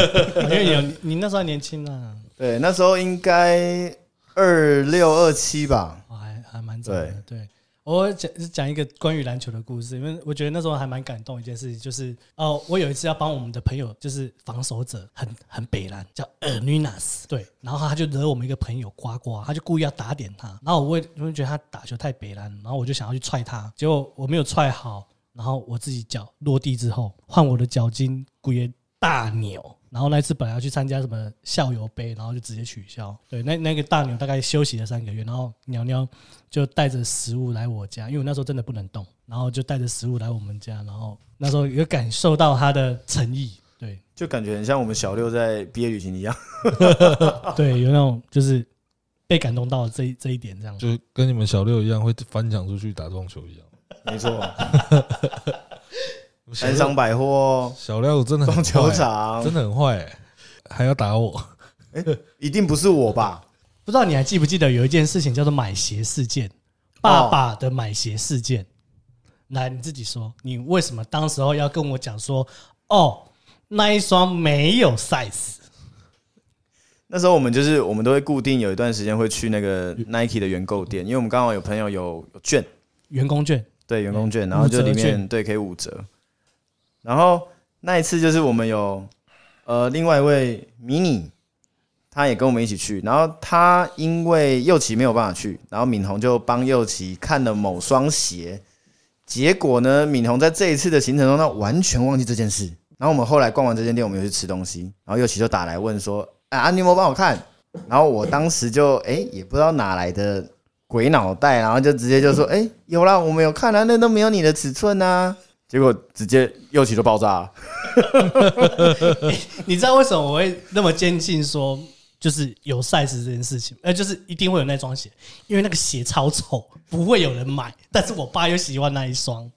B: 因为你有你你那时候还年轻啊，
C: 对，那时候应该二六二七吧。
B: 哦还还蛮早的。对，我讲讲一个关于篮球的故事，因为我觉得那时候还蛮感动一件事情，就是哦，我有一次要帮我们的朋友，就是防守者，很很北篮，叫 Erninas，对，然后他就惹我们一个朋友呱呱，他就故意要打点他，然后我也我就觉得他打球太北篮，然后我就想要去踹他，结果我没有踹好，然后我自己脚落地之后，换我的脚筋骨也大扭。然后那一次本来要去参加什么校友杯，然后就直接取消。对，那那个大牛大概休息了三个月，然后鸟鸟就带着食物来我家，因为我那时候真的不能动，然后就带着食物来我们家，然后那时候有感受到他的诚意，对
C: 就感觉很像我们小六在毕业旅行一样，
B: 对，有那种就是被感动到这一这一点这样子。
A: 就跟你们小六一样，会翻墙出去打撞球一样。
C: 没 错，
A: 小
C: 南
A: 六
C: 商百货、
A: 小六真的很
C: 撞球
A: 坏
C: 场，
A: 真的很坏、欸，还要打我。
C: 一定不是我吧？
B: 不知道你还记不记得有一件事情叫做买鞋事件，爸爸的买鞋事件。来，你自己说，你为什么当时候要跟我讲说，哦，那一双没有 size？
C: 那时候我们就是我们都会固定有一段时间会去那个 Nike 的原购店，因为我们刚好有朋友有有券，
B: 员工券
C: 对员工券，
B: 嗯
C: 然后就里
B: 五折
C: 面
B: 券
C: 对可以五折。然后那一次就是我们有呃另外一位迷你，他也跟我们一起去，然后他因为右奇没有办法去，然后敏宏就帮右奇看了某双鞋，结果呢，敏宏在这一次的行程中，他完全忘记这件事。然后我们后来逛完这间店，我们又去吃东西，然后右奇就打来问说：“啊，啊你有没有帮我看？”然后我当时就哎、也不知道哪来的鬼脑袋，然后就直接就 说：“哎、有啦，我们有看啊，那都没有你的尺寸啊。” 结果直接右起就爆炸了，
B: 你知道为什么我会那么坚信说，就是有 size 这件事情，呃，就是一定会有那双鞋，因为那个鞋超丑，不会有人买，但是我爸又喜欢那一双，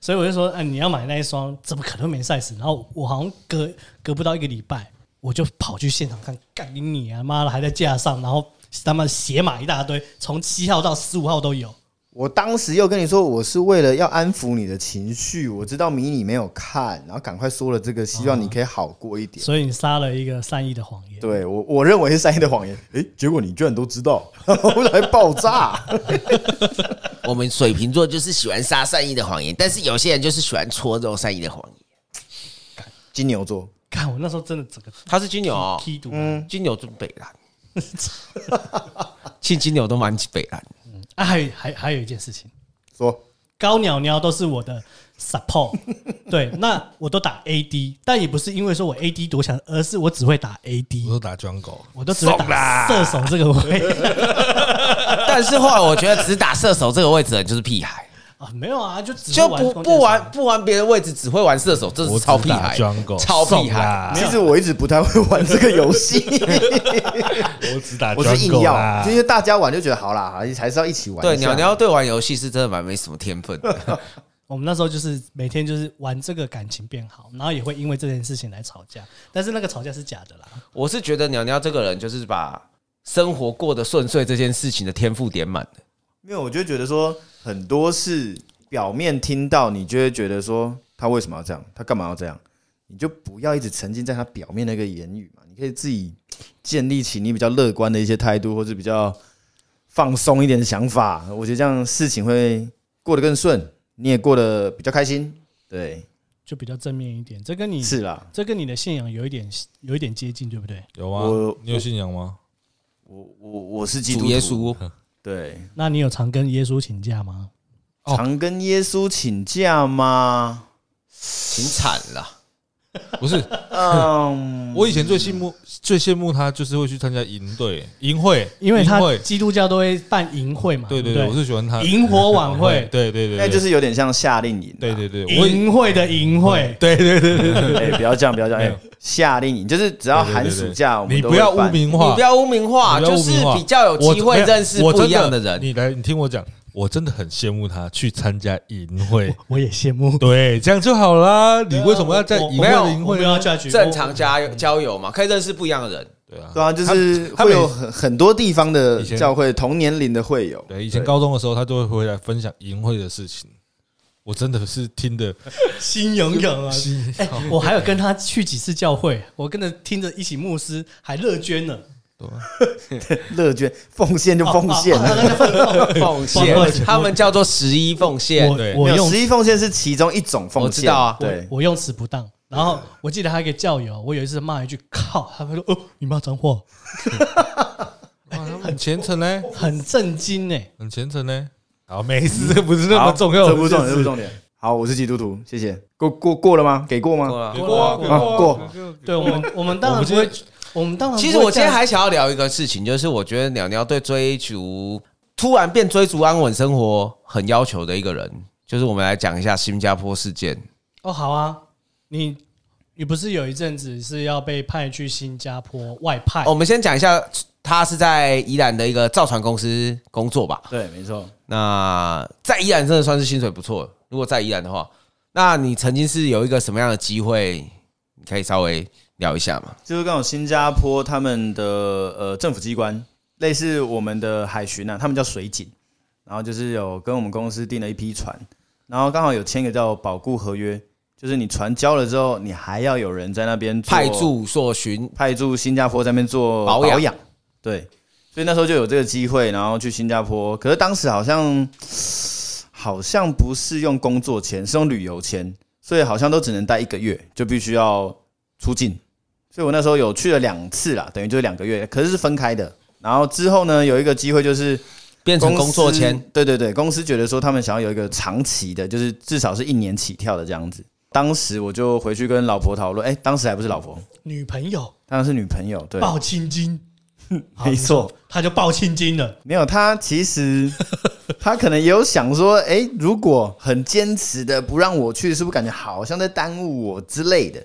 B: 所以我就说，哎、你要买那一双，怎么可能没 size？然后我好像隔隔不到一个礼拜，我就跑去现场看，干你你啊妈的，还在架上，然后他妈鞋码一大堆，从七号到十五号都有。
C: 我当时又跟你说，我是为了要安抚你的情绪，我知道迷你没有看，然后赶快说了这个，希望你可以好过一点。
B: 所以你撒了一个善意的谎言。
C: 嗯对我，我认为是善意的谎言。诶，结果你居然都知道， 然后来爆炸。
D: 我们水瓶座就是喜欢撒善意的谎言，但是有些人就是喜欢戳中善意的谎言。
C: 金牛座，
B: 看我那时候真的整个
D: 他是金牛哦，
B: 踢赌，
C: 嗯，
D: 金牛就北蓝， 其实金牛都蛮北蓝。
B: 啊，还有还还有一件事情，
C: 说
B: 高鸟鸟都是我的 support，对，那我都打 AD，但也不是因为说我 AD 多强，而是我只会打
A: 我
B: AD，
A: 都打 jungle，
B: 我都只会打射手这个位
D: 但是后来我觉得只打射手这个位置的人就是屁孩，
B: 啊，没有啊，就只
D: 就
B: 会
D: 不
B: 攻
D: 不
B: 坚
D: 玩
B: 手
D: 不玩别的位置，只会玩射手，这
A: 我只
D: 是超屁
A: 打
D: 孩
A: jungle，，
D: 超屁孩。
B: 没
C: 其
B: 有
C: 实我一直不太会玩这个游 戏，
A: 我只打
C: 我是硬
A: jungle
C: 要，
A: 啦
C: 就。因为大家玩就觉得好啦，还是要一起玩一下。
D: 对，鸟鸟对玩游戏是真的蛮没什么天分 的。
B: 我们那时候就是每天就是玩这个感情变好，然后也会因为这件事情来吵架，但是那个吵架是假的啦。
D: 我是觉得鸟鸟这个人就是把生活过得顺遂这件事情的天赋点满的。
C: 没有，我就觉得说很多事表面听到，你就会觉得说他为什么要这样，他干嘛要这样，你就不要一直沉浸在他表面那个言语嘛，你可以自己建立起你比较乐观的一些态度，或者比较放松一点的想法。我觉得这样事情会过得更顺，你也过得比较开心。对，
B: 就比较正面一点。这跟
D: 嗯
B: 你
C: 是啦，
B: 这跟你的信仰有一点有一点接近，对不对？
A: 有吗
C: 我？
A: 你有信仰吗？
C: 我我我是基督
D: 主
C: 徒
D: 耶，稣，
C: 对，
B: 那你有常跟耶稣请假吗？
A: 哦
C: 常跟耶稣请假吗？
D: 挺惨了。
A: 不是，
C: 嗯，
A: 我以前最羡慕最羡慕他，就是会去参加营队、营会，
B: 因为
A: 营
B: 他
A: 会
B: 基督教都会办营会嘛，
A: 对
B: 对
A: 对对，我是喜欢他
B: 不对，萤火晚会，
A: 对对对，
C: 那
A: 对
C: 就是有点像夏令营、啊，
A: 对对对，我也嗯
B: 营会的营会，
A: 对对对对对，
C: 哎、不要这样，不要这样。
A: 没
C: 哎、
A: 有
C: 夏令营就是只要寒暑假，我
A: 对对对你
C: 们都
A: 不要
C: 会
A: 污
C: 办。
A: 名
D: 你
A: 化
D: 不，要污名化，
A: 你不要
D: 就
A: 污
D: 是
A: 名化
D: 比较有
A: 我
D: 机会认识
A: 我
D: 不一样
A: 真
D: 的
A: 的
D: 人。
A: 你来，你听我讲，我真的很羡慕他去参加营会，
B: 我也羡慕。
A: 对，这样就好啦。你为什么要在
B: 我
A: 营
D: 没
A: 会
D: 有
A: 的营
B: 我
A: 会
B: 没有
A: 呢
B: 要？嫁娶，
D: 正常交
A: 嗯
D: 友交友嘛，可以认识不一样的人。
A: 对啊，
C: 对啊，就是
A: 他
C: 会有
A: 他
C: 很很多地方的
A: 以前
C: 教会同年龄的会有。
A: 对以前高中的时候，他就会回来分享营会的事情。我真的是听的，
B: 心痒痒啊！哎，我还有跟他去几次教会，我跟着听着一起牧师，还乐捐呢。
A: 对吧
C: 乐捐奉献就奉献
B: 哦，哦哦那就奉
D: 奉献
B: 抱歉，
D: 他们叫做十一奉献。
A: 对
B: 我我
C: 没有
B: 用
C: 十一奉献是其中一种奉献，
D: 我知道啊
C: 对，
B: 我用词不当。然后我记得还有一个教友，我有一次骂一句“靠”，他会说：“哦，你骂脏话，
A: 哇他们很虔诚呢，
B: 很震惊欸呢。
A: 很虔诚呢。好，没事，这不是那么
C: 好
A: 重要的
C: 这
A: 事，
C: 不是重点，这不是重点。好，我是基督徒，谢谢。过过过了吗？给过吗？
D: 过了
A: 给过啊
B: 过
A: 给过啊
C: 过
A: 给啊”
B: 对我们，我们当然不
A: 我
B: 会
A: 们今，
B: 我们当哦然不会
D: 其实我今天
B: 这样
D: 还想要聊一个事情，就是我觉得鸟鸟对追逐突然变追逐安稳生活很要求的一个人，就是我们来讲一下新加坡事件。
B: 哦，好啊，你你不是有一阵子是要被派去新加坡外派？
D: 哦我们先讲一下，他是在宜兰的一个造船公司工作吧？
C: 对，没错。
D: 那在宜兰真的算是薪水不错，如果在宜兰的话，那你曾经是有一个什么样的机会？你可以稍微聊一下吗？
C: 就是刚好新加坡他们的呃政府机关，类似我们的海巡啊，他们叫水警，然后就是有跟我们公司订了一批船，然后刚好有签一个叫保固合约，就是你船交了之后，你还要有人在那边做
D: 派驻所巡
C: 派驻新加坡在那边做
D: 保
C: 保
D: 养
C: 养，对，所以那时候就有这个机会，然后去新加坡，可是当时好像好像不是用工作签，是用旅游签，所以好像都只能待一个月，就必须要出境，所以我那时候有去了两次啦，等于就是两个月，可是是分开的。然后之后呢，有一个机会就是
D: 变成工作
B: 嗯
C: 公
D: 签
C: 司，对对对，公司觉得说他们想要有一个长期的，就是至少是一年起跳的这样子。当时我就回去跟老婆讨论，哎、当时还不是老婆，
B: 女朋友
C: 当然是女朋友，对，
B: 抱青 筋，好
C: 没错，
B: 他就抱青筋了。
C: 没有，他其实 他可能也有想说，哎、如果很坚持的不让我去，是不是感觉好像在耽误我之类的？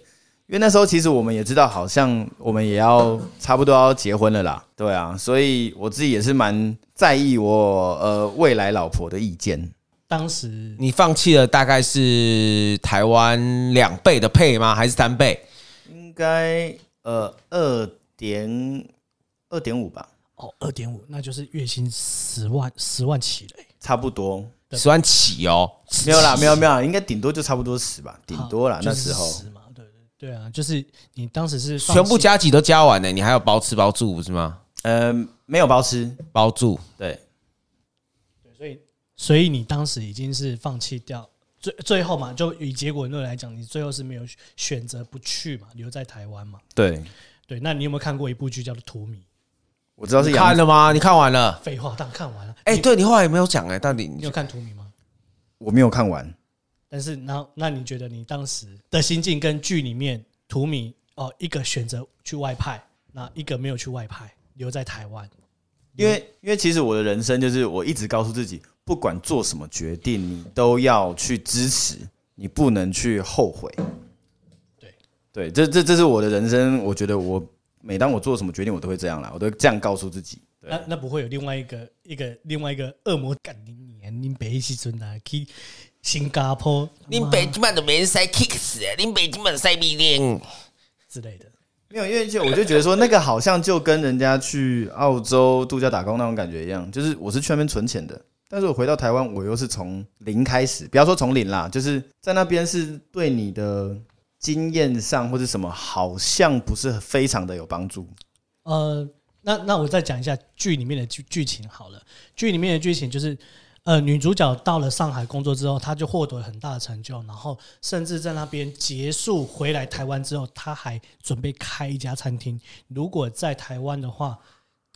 C: 因为那时候其实我们也知道，好像我们也要差不多要结婚了啦，对啊，所以我自己也是蛮在意我呃未来老婆的意见。
B: 当时
D: 你放弃了大概是台湾两倍的配吗？还是三倍？
C: 应该呃二点二点五吧，
B: 哦，二点五，那就是月薪十万十万起嘞。
C: 差不多。
B: 对
D: 十万起哦，
C: 没有啦，没有没有啦，应该顶多就差不多十吧，顶多啦
B: 好。
C: 那
B: 就是
C: 时候
B: 10嘛，对对对啊，就是你当时是放
D: 全部
B: 弃
D: 加几都加完了，你还有包吃包住不是吗？
C: 呃没有包吃，
D: 包住
C: 对，
B: 对所以所以你当时已经是放弃掉最最后嘛，就以结果论来讲，你最后是没有选选择不去嘛，留在台湾嘛。
C: 对，
B: 对，那你有没有看过一部剧叫做《荼蘼》？
C: 我知道是
D: 你看
C: 杨，
D: 了吗？你看完了？
B: 废话，当然看完了。
D: 哎、对你后来也没有讲哎、到底
B: 你
D: 你
B: 有看《荼蘼》吗？
C: 我没有看完，
B: 但是，然后那你觉得你当时的心境跟剧里面荼蘼哦，一个选择去外派，那一个没有去外派，留在台湾。
C: 因为因为其实我的人生就是我一直告诉自己，不管做什么决定，你都要去支持，你不能去后悔。
B: 对
C: 对，这这这是我的人生，我觉得我每当我做什么决定，我都会这样啦，我都会这样告诉自己。对
B: 那那不会有另外一个一个另外一个恶魔干你年，你北西村啊，去新加坡、
E: 恁
B: 妈
E: 爸即摆就免使 kicks 啊，恁爸即摆使米零。
B: 之类的。
C: 没有，因为就我就觉得说，那个好像就跟人家去澳洲度假打工那种感觉一样，就是我是去那边存钱的，但是我回到台湾，我又是从零开始，不要说从零啦，就是在那边是对你的经验上或者什么，好像不是非常的有帮助。
B: 呃，那那我再讲一下剧里面的剧剧情好了。剧里面的剧情就是，呃，女主角到了上海工作之后，她就获得了很大的成就，然后甚至在那边结束回来台湾之后，她还准备开一家餐厅。如果在台湾的话，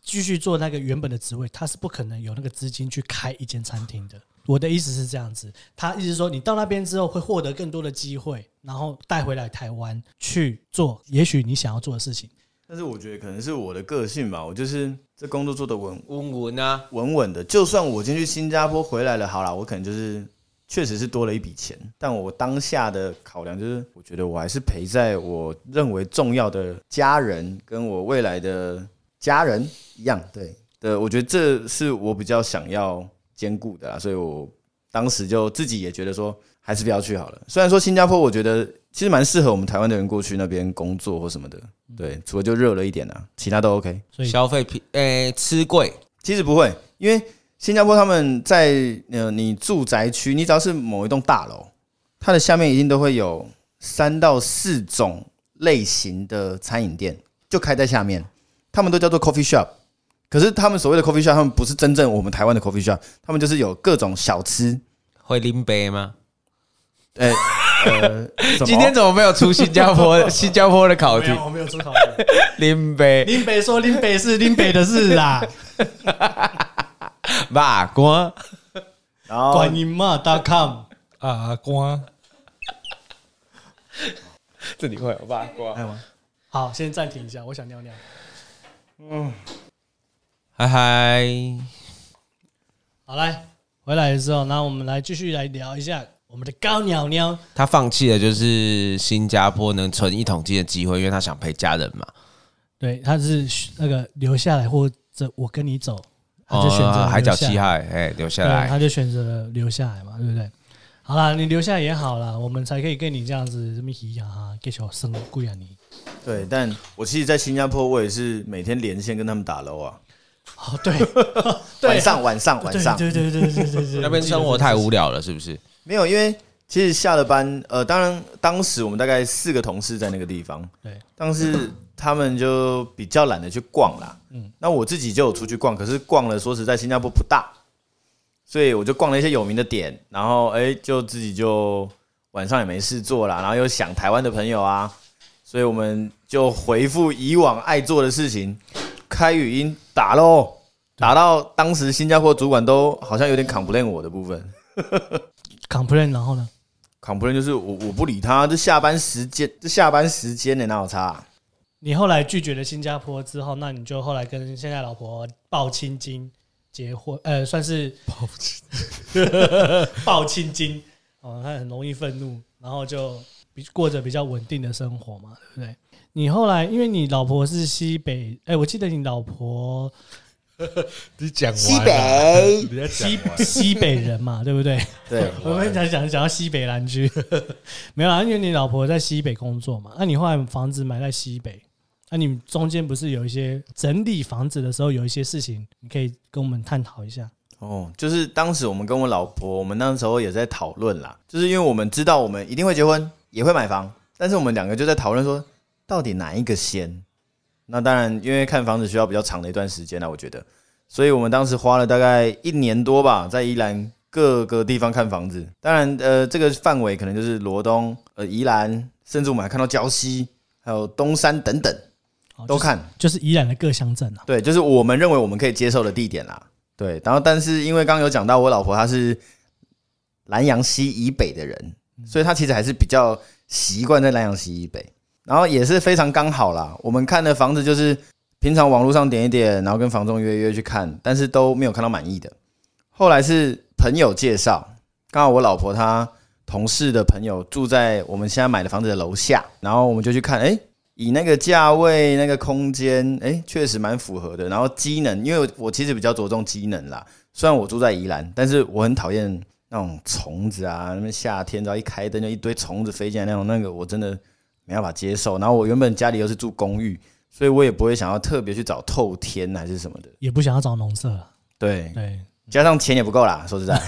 B: 继续做那个原本的职位，她是不可能有那个资金去开一间餐厅的。我的意思是这样子，他意思说你到那边之后会获得更多的机会，然后带回来台湾去做，也许你想要做的事情。
C: 但是我觉得可能是我的个性吧，我就是这工作做的稳
D: 文文啊，
C: 稳稳的，就算我今天去新加坡回来了，好啦，我可能就是确实是多了一笔钱，但我当下的考量就是，我觉得我还是陪在我认为重要的家人跟我未来的家人一样，对的，我觉得这是我比较想要兼顾的啦，所以我当时就自己也觉得说，还是不要去好了。虽然说新加坡，我觉得其实蛮适合我们台湾的人过去那边工作或什么的，对，除了就热了一点啦，其他都 OK。
B: 所以
D: 消费品哎、吃贵，
C: 其实不会，因为新加坡他们在呃，你住宅区，你只要是某一栋大楼，它的下面一定都会有三到四种类型的餐饮店，就开在下面，他们都叫做 coffee shop。可是他们所谓的 coffee shop，他们不是真正我们台湾的 coffee shop，他们就是有各种小吃。
D: 会拎杯吗？
C: 呃呃，什么
D: 今天怎么没有出新加坡新加坡的考
B: 没
D: 题？
B: 有，我没有出考题。
D: 拎杯
B: 林北说林北是林北的事 啦，
D: 吧，瓜
C: 然后
B: 观音嘛 .com
A: 啊阿瓜，
D: 这你会有吧？瓜
C: 还有吗？
B: 好，先暂停一下，我想尿尿。
D: 嗨嗨，
B: 好，来回来的时候，那我们来继续来聊一下我们的高鸟鸟。
D: 他放弃了就是新加坡能存一桶金的机会，因为他想陪家人嘛。
B: 对，他是那个留下来或者我跟你走，他就选择了留下来、
D: 哦海角七号，哎，留下
B: 对，
D: 来。
B: 他就选择了留下来嘛，对不对？好啦，你留下来也好啦，我们才可以跟你这样子这么嘻哈哈，给小生贵啊你。
C: 对，但我其实，在新加坡，我也是每天连线跟他们打楼啊，
B: 哦，对，
C: 晚上晚上晚上，
B: 对对对对对对对，
D: 那边生活太无聊了，是不是？
C: 没有，因为其实下了班，呃，当然当时我们大概四个同事在那个地方，
B: 对，
C: 但是他们就比较懒得去逛啦。嗯，那我自己就有出去逛，可是逛了，说实在，新加坡不大，所以我就逛了一些有名的点，然后哎、就自己就晚上也没事做啦，然后又想台湾的朋友啊，所以我们就回复以往爱做的事情，开语音打喽。打到当时新加坡主管都好像有点 complain 我的部分，
B: complain，然后呢？
C: complain 就是我我不理他，这下班时间，这下班时间呢、哪有差啊、
B: 你后来拒绝了新加坡之后，那你就后来跟现在老婆抱青筋结婚，呃，算是抱 青抱青筋哦，他很容易愤怒，然后就比过着比较稳定的生活嘛，对不对？你后来因为你老婆是西北，哎、我记得你老婆
A: 你讲完
E: 西
A: 啦
E: 北，
A: 你在讲
B: 西
A: 完啊
B: 西北人嘛，对不对？
C: 对，
B: 我们讲讲讲到西北蓝区， 没有啊啦，因为你老婆在西北工作嘛，那、你后来房子买在西北，那、你中间不是有一些整理房子的时候有一些事情，你可以跟我们探讨一下。
C: 哦，就是当时我们跟我老婆，我们那时候也在讨论啦，就是因为我们知道我们一定会结婚，也会买房，但是我们两个就在讨论说，到底哪一个先？那当然，因为看房子需啊要比较长的一段时间啦，我觉得，所以我们当时花了大概一年多吧，在宜兰各个地方看房子。当然，呃，这个范围可能就是罗东、呃宜兰，甚至我们还看到礁溪，还有东山等等
B: 好
C: 都
B: 哦就是
C: 看。
B: 就是宜兰的各乡镇啊，
C: 对，就是我们认为我们可以接受的地点啦。对，然后但是因为刚刚有讲到我老婆她是南阳西以北的人，所以她其实还是比较习惯在南阳西以北，然后也是非常刚好啦。我们看的房子就是平常网络上点一点，然后跟房东约约去看，但是都没有看到满意的。后来是朋友介绍，刚好我老婆她同事的朋友住在我们现在买的房子的楼下，然后我们就去看，哎、以那个价位、那个空间，哎，确实蛮符合的。然后机能，因为我其实比较着重机能啦。虽然我住在宜兰，但是我很讨厌那种虫子啊，那边夏天只要一开灯就一堆虫子飞进来那种，那个我真的没办法接受。然后我原本家里又是住公寓，所以我也不会想要特别去找透天还是什么的。
B: 也不想要找农舍啊。
C: 对，
B: 对，
C: 加上钱也不够啦，说实在。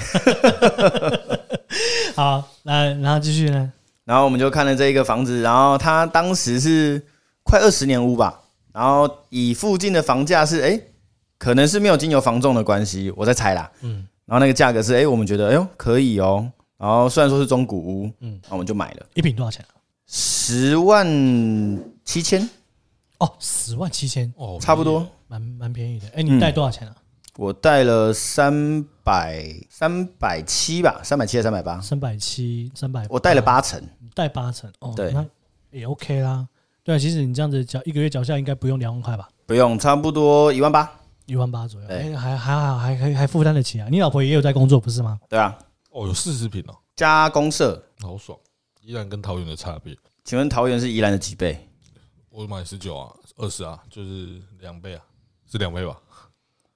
B: 好，那然后继续呢？
C: 然后我们就看了这一个房子，然后它当时是快二十年屋吧，然后以附近的房价是，哎，可能是没有经由房仲的关系，我在猜啦，嗯，然后那个价格是，哎，我们觉得，哎呦，可以哦，然后虽然说是中古屋，嗯，那我们就买了
B: 一平多少钱啊、
C: 十万七千，
B: 哦，十万七千，
A: 哦，
C: 差不多，
B: 蛮蛮便宜的。哎、你贷多少钱啊？
C: 我带了三百三百七吧，三百七还是三百八，
B: 三百七，三百。
C: 我带了，八成，
B: 贷八成。哦，
C: 对
B: 那也 OK 啦。对啊，其实你这样子缴一个月缴下来应该不用两万块吧？
C: 不用，差不多一万八，
B: 一万八左右，
C: 对
B: 哎、还还好，还还还负担得起啊！你老婆也有在工作不是吗？
C: 对吧、啊？
A: 哦，有四十平哦，
C: 加公社，
A: 好爽！依然跟桃园的差别，
C: 请问桃园是宜兰的几倍？
A: 我买十九啊，二十啊，就是两倍啊，是两倍吧？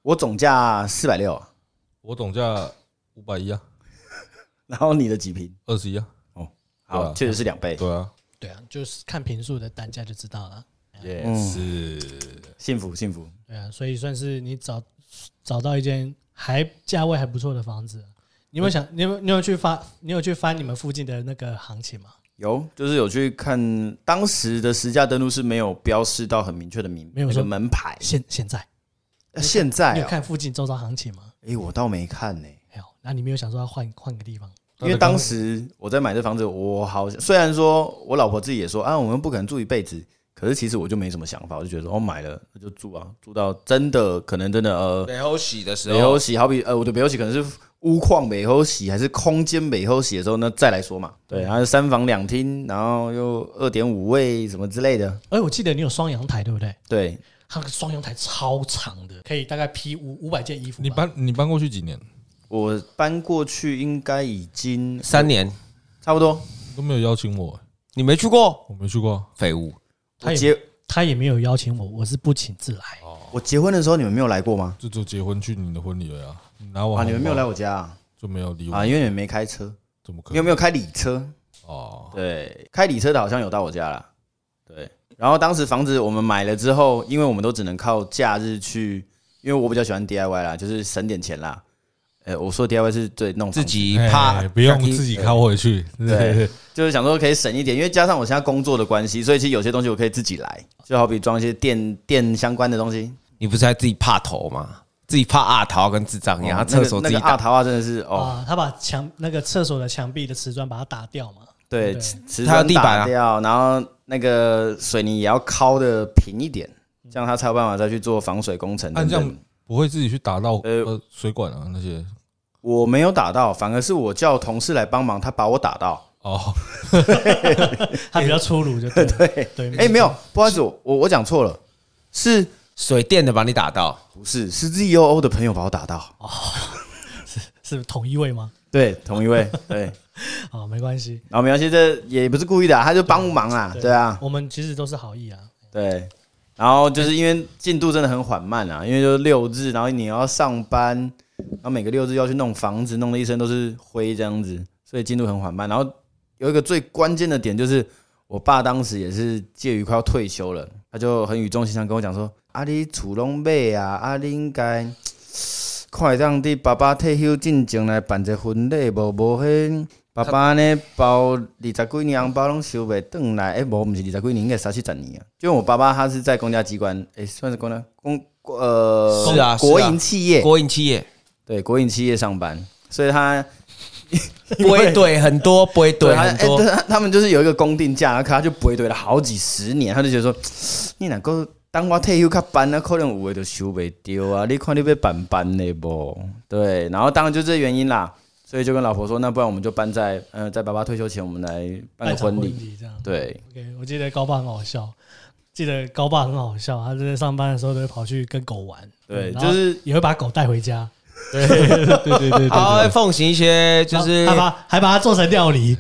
C: 我总价四百六啊，
A: 我总价五百一啊，
C: 然后你的几瓶？
A: 二十一啊，对
C: 好，
A: 啊
C: 确实是两倍，
A: 对啊，
B: 对啊，就是看平数的单价就知道了。
A: 也
C: 嗯
A: 是
C: 幸福幸福。
B: 对啊，所以算是你找找到一间还价位还不错的房子。你有没有想？你有没有你有去翻？你有去翻你们附近的那个行情吗？
C: 有，就是有去看当时的实价登录是没有标示到很明确的名，
B: 没有
C: 那
B: 说
C: 个门牌。
B: 现现在
C: 呃现在
B: 你有
C: 啊，
B: 看附近周遭行情吗？
C: 哎，我倒没看呢，
B: 哎没有。那你没有想说要换换个地方？
C: 因为当时我在买这房子，我好像虽然说我老婆自己也说啊，我们不可能住一辈子，可是其实我就没什么想法，我就觉得哦，买了那就住啊，住到真的可能真的呃
D: 没有洗的时
C: 北欧
D: 候，
C: 洗，好比呃，我的北欧洗可能是屋况北欧洗，还是空间北欧洗的时候呢，再来说嘛。对，然后三房两厅，然后又二点五卫什么之类的。
B: 哎、我记得你有双阳台，对不对？
C: 对，
B: 它那个双阳台超长的，可以大概披五五百件衣服吧。
A: 你搬你搬过去几年
C: 我搬过去应该已经
D: 三年
C: 差不多，
A: 都没有邀请我欸，
D: 你没去过
A: 我没去过啊。
D: 废物，
B: 他
C: 我
B: 也
C: 结
B: 他也没有邀请我，我是不请自来。
C: 我结婚的时候你们没有来过吗？
A: 就只有结婚去你的婚礼了呀、你拿我
C: 啊，你们没有来
A: 我
C: 我家啊？
A: 就没有理我
C: 啊，因为你们没开车，
A: 怎么可
C: 你
A: 能？
C: 有没有开礼车？
A: 哦，
C: 对，开礼车的好像有到我家啦。对，然后当时房子我们买了之后，因为我们都只能靠假日去，因为我比较喜欢 DIY 啦，就是省点钱啦。呃，我说 DIY 是最弄房子
D: 自己
A: 哎
D: 趴，
A: 不用自己靠回去，
C: 对，就是想说可以省一点，因为加上我现在工作的关系，所以其实有些东西我可以自己来，
D: 哦
C: 就好比装一些电电相关的东西。
D: 你不是还自己怕头吗？自己怕阿桃跟智障一
C: 哦
D: 样，他厕所
C: 那
D: 自
C: 个
D: 己
C: 那个阿
D: 打，
C: 桃啊，真的是哦，
B: 啊，他把墙那个厕所的墙壁的瓷砖把它打掉 嘛。
C: 对，
B: 对
C: 瓷瓷
D: 它有
C: 砖
D: 地板
C: 打
D: 啊
C: 掉，然后那个水泥也要敲的平一点，这样它才有办法再去做防水工程
D: 啊
A: 那
C: 等
A: 这
C: 等
A: 样。不会自己去打到
C: 呃
A: 呃水管啊那些
C: 我没有打到，反而是我叫同事来帮忙，他把我打到。
A: 哦，
B: 他比较粗鲁，就对了
C: 对
B: 对。
C: 哎、没有，不好意思，我我我讲错了，是
D: 水电的把你打到，
C: 不是是 ZOO 的朋友把我打到？
B: 是同一位吗？
C: 对，同一 位，对。
B: 啊，没关系，
C: 然后没关系，这也不是故意的啊、他就帮忙啊，对啊，
B: 我们其实都是好意啊。
C: 对。然后就是因为进度真的很缓慢啊，因为就是六日，然后你要上班，然后每个六日要去弄房子，弄的一身都是灰这样子，所以进度很缓慢。然后有一个最关键的点就是，我爸当时也是介于快要退休了，他就很语重心长跟我讲说：“啊，你厝拢买啊，啊，你应该快让你爸爸退休进前来办一个婚礼，无无迄爸爸呢包二十几年红包拢收袂转来，诶、无毋是二十几年，应该三四十年啊。就我爸爸他是在公家机关，诶、算是公家公呃
D: 是啊是啊
C: 国营企业，
D: 国营企业
C: 对国营企业上班，所以他
D: 不会对很多，不会对
C: 他
D: 很
C: 哎、
D: 多
C: 对，他他们就是有一个公定价，可他就不会对了好几十年，他就觉得说， 你哪个当我退休卡班呢，可能有的就收不丢啊，你看你被板搬的不？对，然后当然就这原因啦，所以就跟老婆说，那不然我们就搬在呃，在爸爸退休前，我们来办
B: 办
C: 个
B: 场
C: 婚
B: 婚
C: 礼。
B: 礼这样。
C: 对，
B: OK，我记得高爸很好笑，记得高爸很好笑，他就在上班的时候都会跑去跟狗玩，嗯
C: 对
B: 然后
C: 就是
B: 也会把狗带回家，
A: 对对对对对
D: 他会
A: 对，
D: 奉行一些就 是
B: 然后还把还把它做成料理，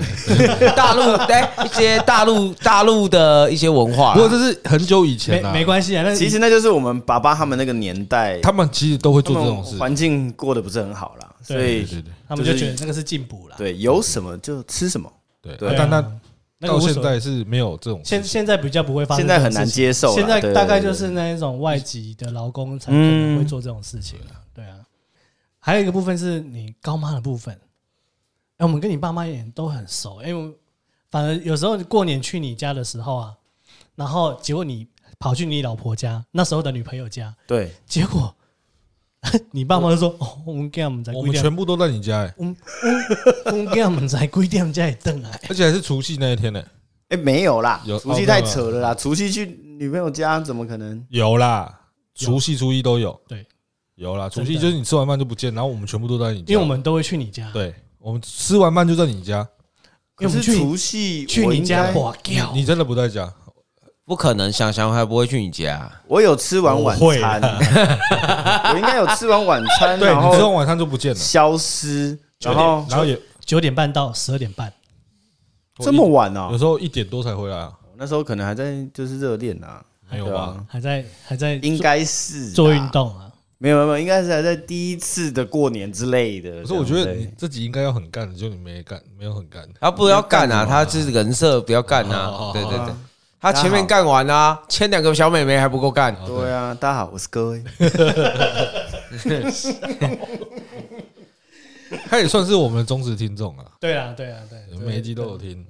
D: 大陆哎一些大陆大陆的一些文
C: 啊
D: 化
A: 不。过这是很久以
B: 没
A: 前啦，
B: 没关系啊。那
C: 其实那就是我们爸爸他们那个年代，
A: 他们其实都会
C: 他
A: 做这
C: 们
A: 种事。
C: 环境过得不是很好啦，所
A: 对
C: 以
A: 对对
B: 他们就
C: 就是
B: 觉得那个是进补啦。
C: 对有什么就吃什么，
A: 对
C: 对啊
A: 对，但他
B: 那个
A: 到
B: 无所
A: 现在是没有这种事
B: 现
A: 情。
B: 现在比较不会发生，
C: 现在很难接受啦
B: 现在
C: 对
B: 大概
C: 对对
B: 就是那一种外籍的劳工才可能会做这种事情了。对啊，还有一个部分是你高妈的部分。哎、我们跟你爸妈也都很熟，因为反而有时候过年去你家的时候啊，然后结果你跑去你老婆家，那时候的女朋友家，
C: 对，
B: 结果 你爸妈就说：“哦，我们跟我们在
A: 我
B: 规
A: 们
B: 定，
A: 全部都在你家， 欸
B: 我们我们跟我们在规定家里等来。”
A: 而且还是除夕那一天呢。
C: 哎、没有啦
A: 有，啊
C: 除夕太扯了啦，除夕去女朋友家怎么可能？
A: 有啦，
B: 有
A: 除夕、初一都有。
B: 对，
A: 有啦，
B: 真
A: 除
B: 的
A: 夕就是你吃完饭就不见，然后我们全部都在你家，
B: 因为我们都会去你家，
A: 对，我们吃完饭就在你家，
B: 因为
C: 可
B: 我们
C: 是
B: 去你
C: 除夕
B: 去
C: 我
B: 你
C: 应
B: 家
C: 该
B: 拔掉。
A: 你真的不在家，
D: 不可能，想想还不会去你家。啊
C: 我有吃完晚
A: 我会
B: 啊
C: 餐， 我应该有吃完晚餐，
A: 对
C: 然
A: 你吃完
C: 后
A: 晚餐就不见了，
C: 消失，然后
A: 然后也
B: 九点半到十二点半，
C: 这么晚啊、
A: 有时候一点多才回来啊，
C: 那时候可能还在就是热恋啊，
A: 没有
C: 对
A: 吧？
C: 啊？
B: 还在还在
C: 应该是啊
B: 做运，动啊。
C: 没有没有没有，应该是还在第一次的过年之类的。
A: 可是我觉得
C: 对
A: 你自己应该要很干的，就你没干，没有很干。
D: 他不要干啊，他是人设不要干啊。对对对，他前面干完啊，牵两个小妹妹还不够干。
C: 对啊，大家好，我是各位。
A: 他也算是我们的忠实听众啊，
B: 对啊，对啊，对，
A: 每一集都有听，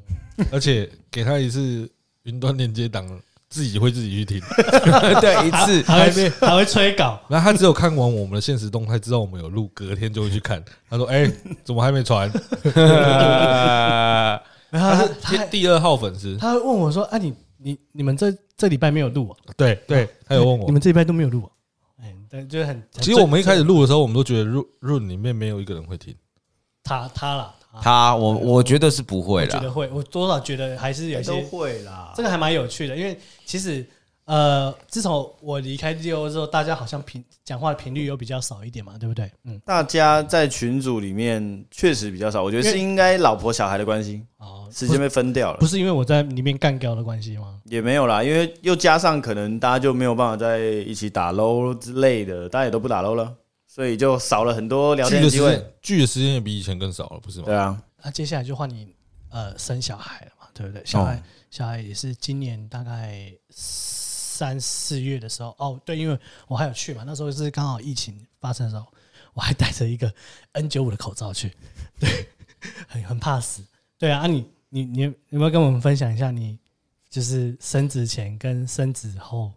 A: 而且给他一次云端连接档，自己会自己去听。
D: 对，一 次
B: 还会还会催 稿，
A: 然后他只有看完我们的现实动态，知道我们有录，隔天就会去看。他说：“哎、怎么还没传
D: 呃，
B: 然
A: 他
B: 后
A: 是
B: 他还
A: 第第二号粉丝，
B: 他会问我说：“啊，你你你们这这礼拜没有录啊？
A: 对对，他有问
B: 你
A: 我。
B: 们这礼拜都没有录啊？”哎，但就是很
A: 其实我们一开始录的时候，我们都觉得润润里面没有一个人会听，
B: 他他啦，他
D: 他我我觉得是不会
B: 觉
D: 啦。
B: 得会，我多少觉得还 是有一些
C: 会啦
B: 这个还蛮有趣的，因为其实呃，自从我离开六欧之后，大家好像频讲话的频率又比较少一点嘛，对不对？嗯，
C: 大家在群组里面确实比较少，我觉得是应该老婆小孩的关系，
B: 哦，
C: 时间被分掉了
B: 不。是因为我在里面干掉的关系吗？
C: 也没有啦，因为又加上可能大家就没有办法在一起打 LO 之类的，大家也都不打 LO 了，所以就少了很多聊
A: 聚
C: 天
A: 的
C: 的
A: 时
C: 机会。
A: 间聚的时间也比以前更少了，不是吗
C: 对？啊，
B: 那接下来就换你呃生小孩了嘛，对不对？小孩、小孩也是今年大概三四月的时候，哦，对，因为我还有去嘛，那时候是刚好疫情发生的时候，我还戴着一个 N 九五的口罩去， 对，很很怕死，对啊，啊你你你有没有跟我们分享一下你就是生子前跟生子后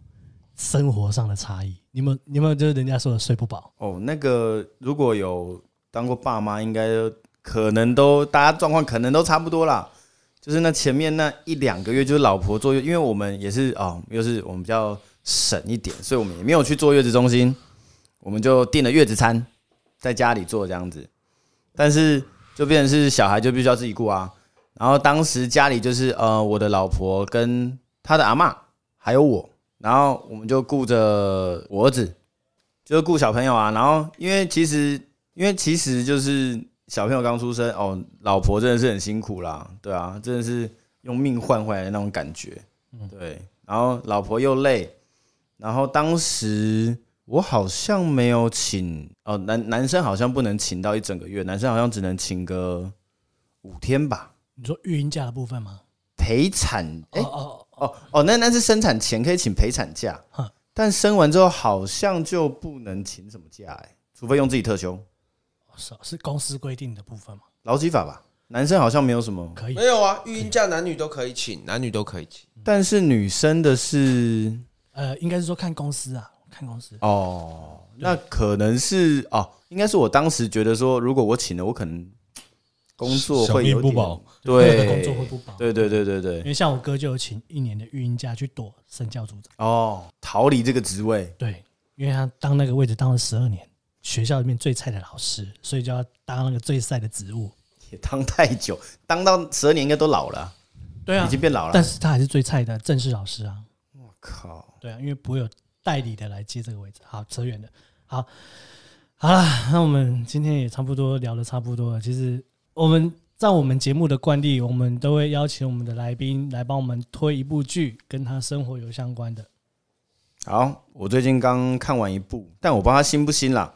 B: 生活上的差异？你有没有你有没有就是人家说的睡不饱？
C: 哦，那个如果有当过爸妈，应该都可能都大家状况可能都差不多啦。就是那前面那一两个月，就是老婆坐月，因为我们也是哦，又是我们比较省一点，所以我们也没有去坐月子中心，我们就订了月子餐，在家里做这样子。但是就变成是小孩就必须要自己顾啊。然后当时家里就是呃，我的老婆跟她的阿嬷还有我，然后我们就顾着我儿子，就是顾小朋友啊。然后因为其实因为其实就是小朋友刚出生哦，老婆真的是很辛苦啦，对啊，真的是用命换回来的那种感觉，对。然后老婆又累，然后当时我好像没有请哦，男男生好像不能请到一整个月，男生好像只能请个五天吧。
B: 你说育婴假的部分吗？
C: 陪产，哎、
B: 哦哦
C: 哦哦，那那是生产前可以请陪产假
B: 哼，
C: 但生完之后好像就不能请什么假、哎，除非用自己特休，
B: 哦，是是公司规定的部分吗？
C: 劳基法吧。男生好像没有什么，
B: 可以
D: 没。有啊，育婴假男女都可以请，男女都可以请。
C: 但是女生的是
B: 呃，应该是说看公司啊，看公司。
C: 哦，那可能是哦，应该是我当时觉得说，如果我请了，我可能工作
A: 小
C: 会
A: 命
C: 有
A: 不
C: 点
A: 保，
C: 对，
B: 工作会不保
C: 对对对对
B: 因
C: 对，
B: 为像我哥就有请一年的育婴假去躲身教组长，
C: 哦，逃离这个职位，
B: 对，因为他当那个位置当了十二年，学校里面最菜的老师，所以就要当那个最菜的职务。
C: 也当太久，当到十二年应该都老了，啊
B: 对啊
C: 已经变老了。
B: 但是他还是最菜的正式老师啊，
C: 靠，
B: 对啊，因为不会有代理的来接这个位置。好，扯远了，好，好啦，那我们今天也差不多聊的差不多了。其实我们在我们节目的惯例，我们都会邀请我们的来宾来帮我们推一部剧，跟他生活有相关的。
C: 好，我最近刚看完一部，但我不知道它新不新啦，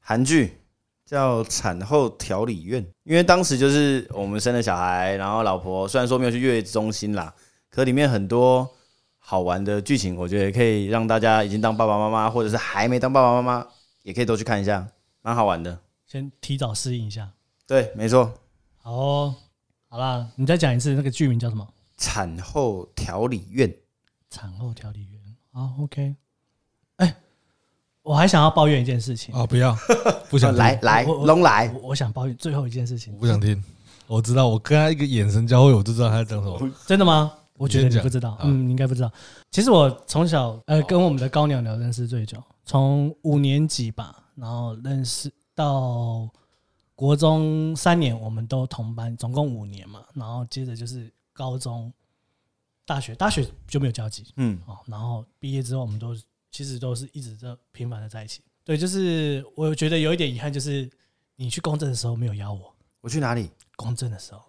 C: 韩剧叫《产后调理院》，因为当时就是我们生了小孩，然后老婆虽然说没有去月子中心啦，可里面很多好玩的剧情，我觉得可以让大家已经当爸爸妈妈，或者是还没当爸爸妈妈，也可以都去看一下，蛮好玩的。
B: 先提早适应一下。
C: 对，没错，
B: 好、哦，好啦，你再讲一次那个剧名叫什么？
C: 产后调理院
B: 产后调理员。好，OK。哎、我还想要抱怨一件事情，
A: 啊！不要，不想听
C: 来，来
B: 我我
C: 龙来，
B: 我我想抱怨最后一件事情
A: 我，不想听。我知道，我跟他一个眼神交汇，我就知道他在讲什么。
B: 真的吗？我觉得
A: 你先
B: 你
A: 讲
B: 不知道，
A: 好
B: 嗯，你应该不知道。其实我从小呃跟我们的高鸟鸟认识最久，从五年级吧，然后认识到国中三年，我们都同班，总共五年嘛。然后接着就是高中、大学，大学就没有交集，
C: 嗯，
B: 哦，然后毕业之后，我们都其实都是一直在频繁的在一起。对，就是我觉得有一点遗憾，就是你去公证的时候没有邀我，
C: 我去哪里？
B: 公证的时候，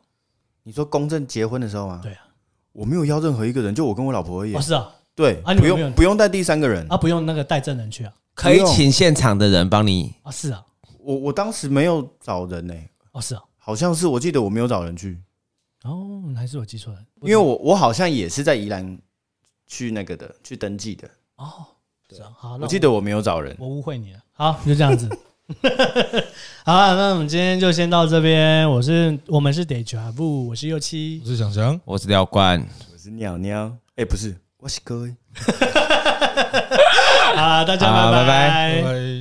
C: 你说公证结婚的时候吗？
B: 对啊，
C: 我没有邀任何一个人，就我跟我老婆而已
B: 哦。是啊，
C: 对，
B: 啊你
C: 不
B: 有没有
C: 用不用带第三个人。
B: 啊不用那个带证人去啊，
D: 可以请现场的人帮你。
B: 啊是啊，
C: 我我当时没有找人呢、
B: 哦是啊，
C: 好像是我记得我没有找人去，
B: 哦还是我记错了，
C: 因为我我好像也是在宜兰去那个的，去登记的。
B: 哦是啊，好，那
C: 我记得我没有找人。
B: 我误会你了，好就这样 子。好了，那我们今天就先到这边。我是我们是 Day j a v 我是右七
A: 我，是想想，
D: 我是廖冠，
C: 我是鸟鸟，哎、不是，我是哥、欸。
B: 啊，大家
D: 好
B: 拜
D: 拜
A: 拜
D: 拜
A: 拜。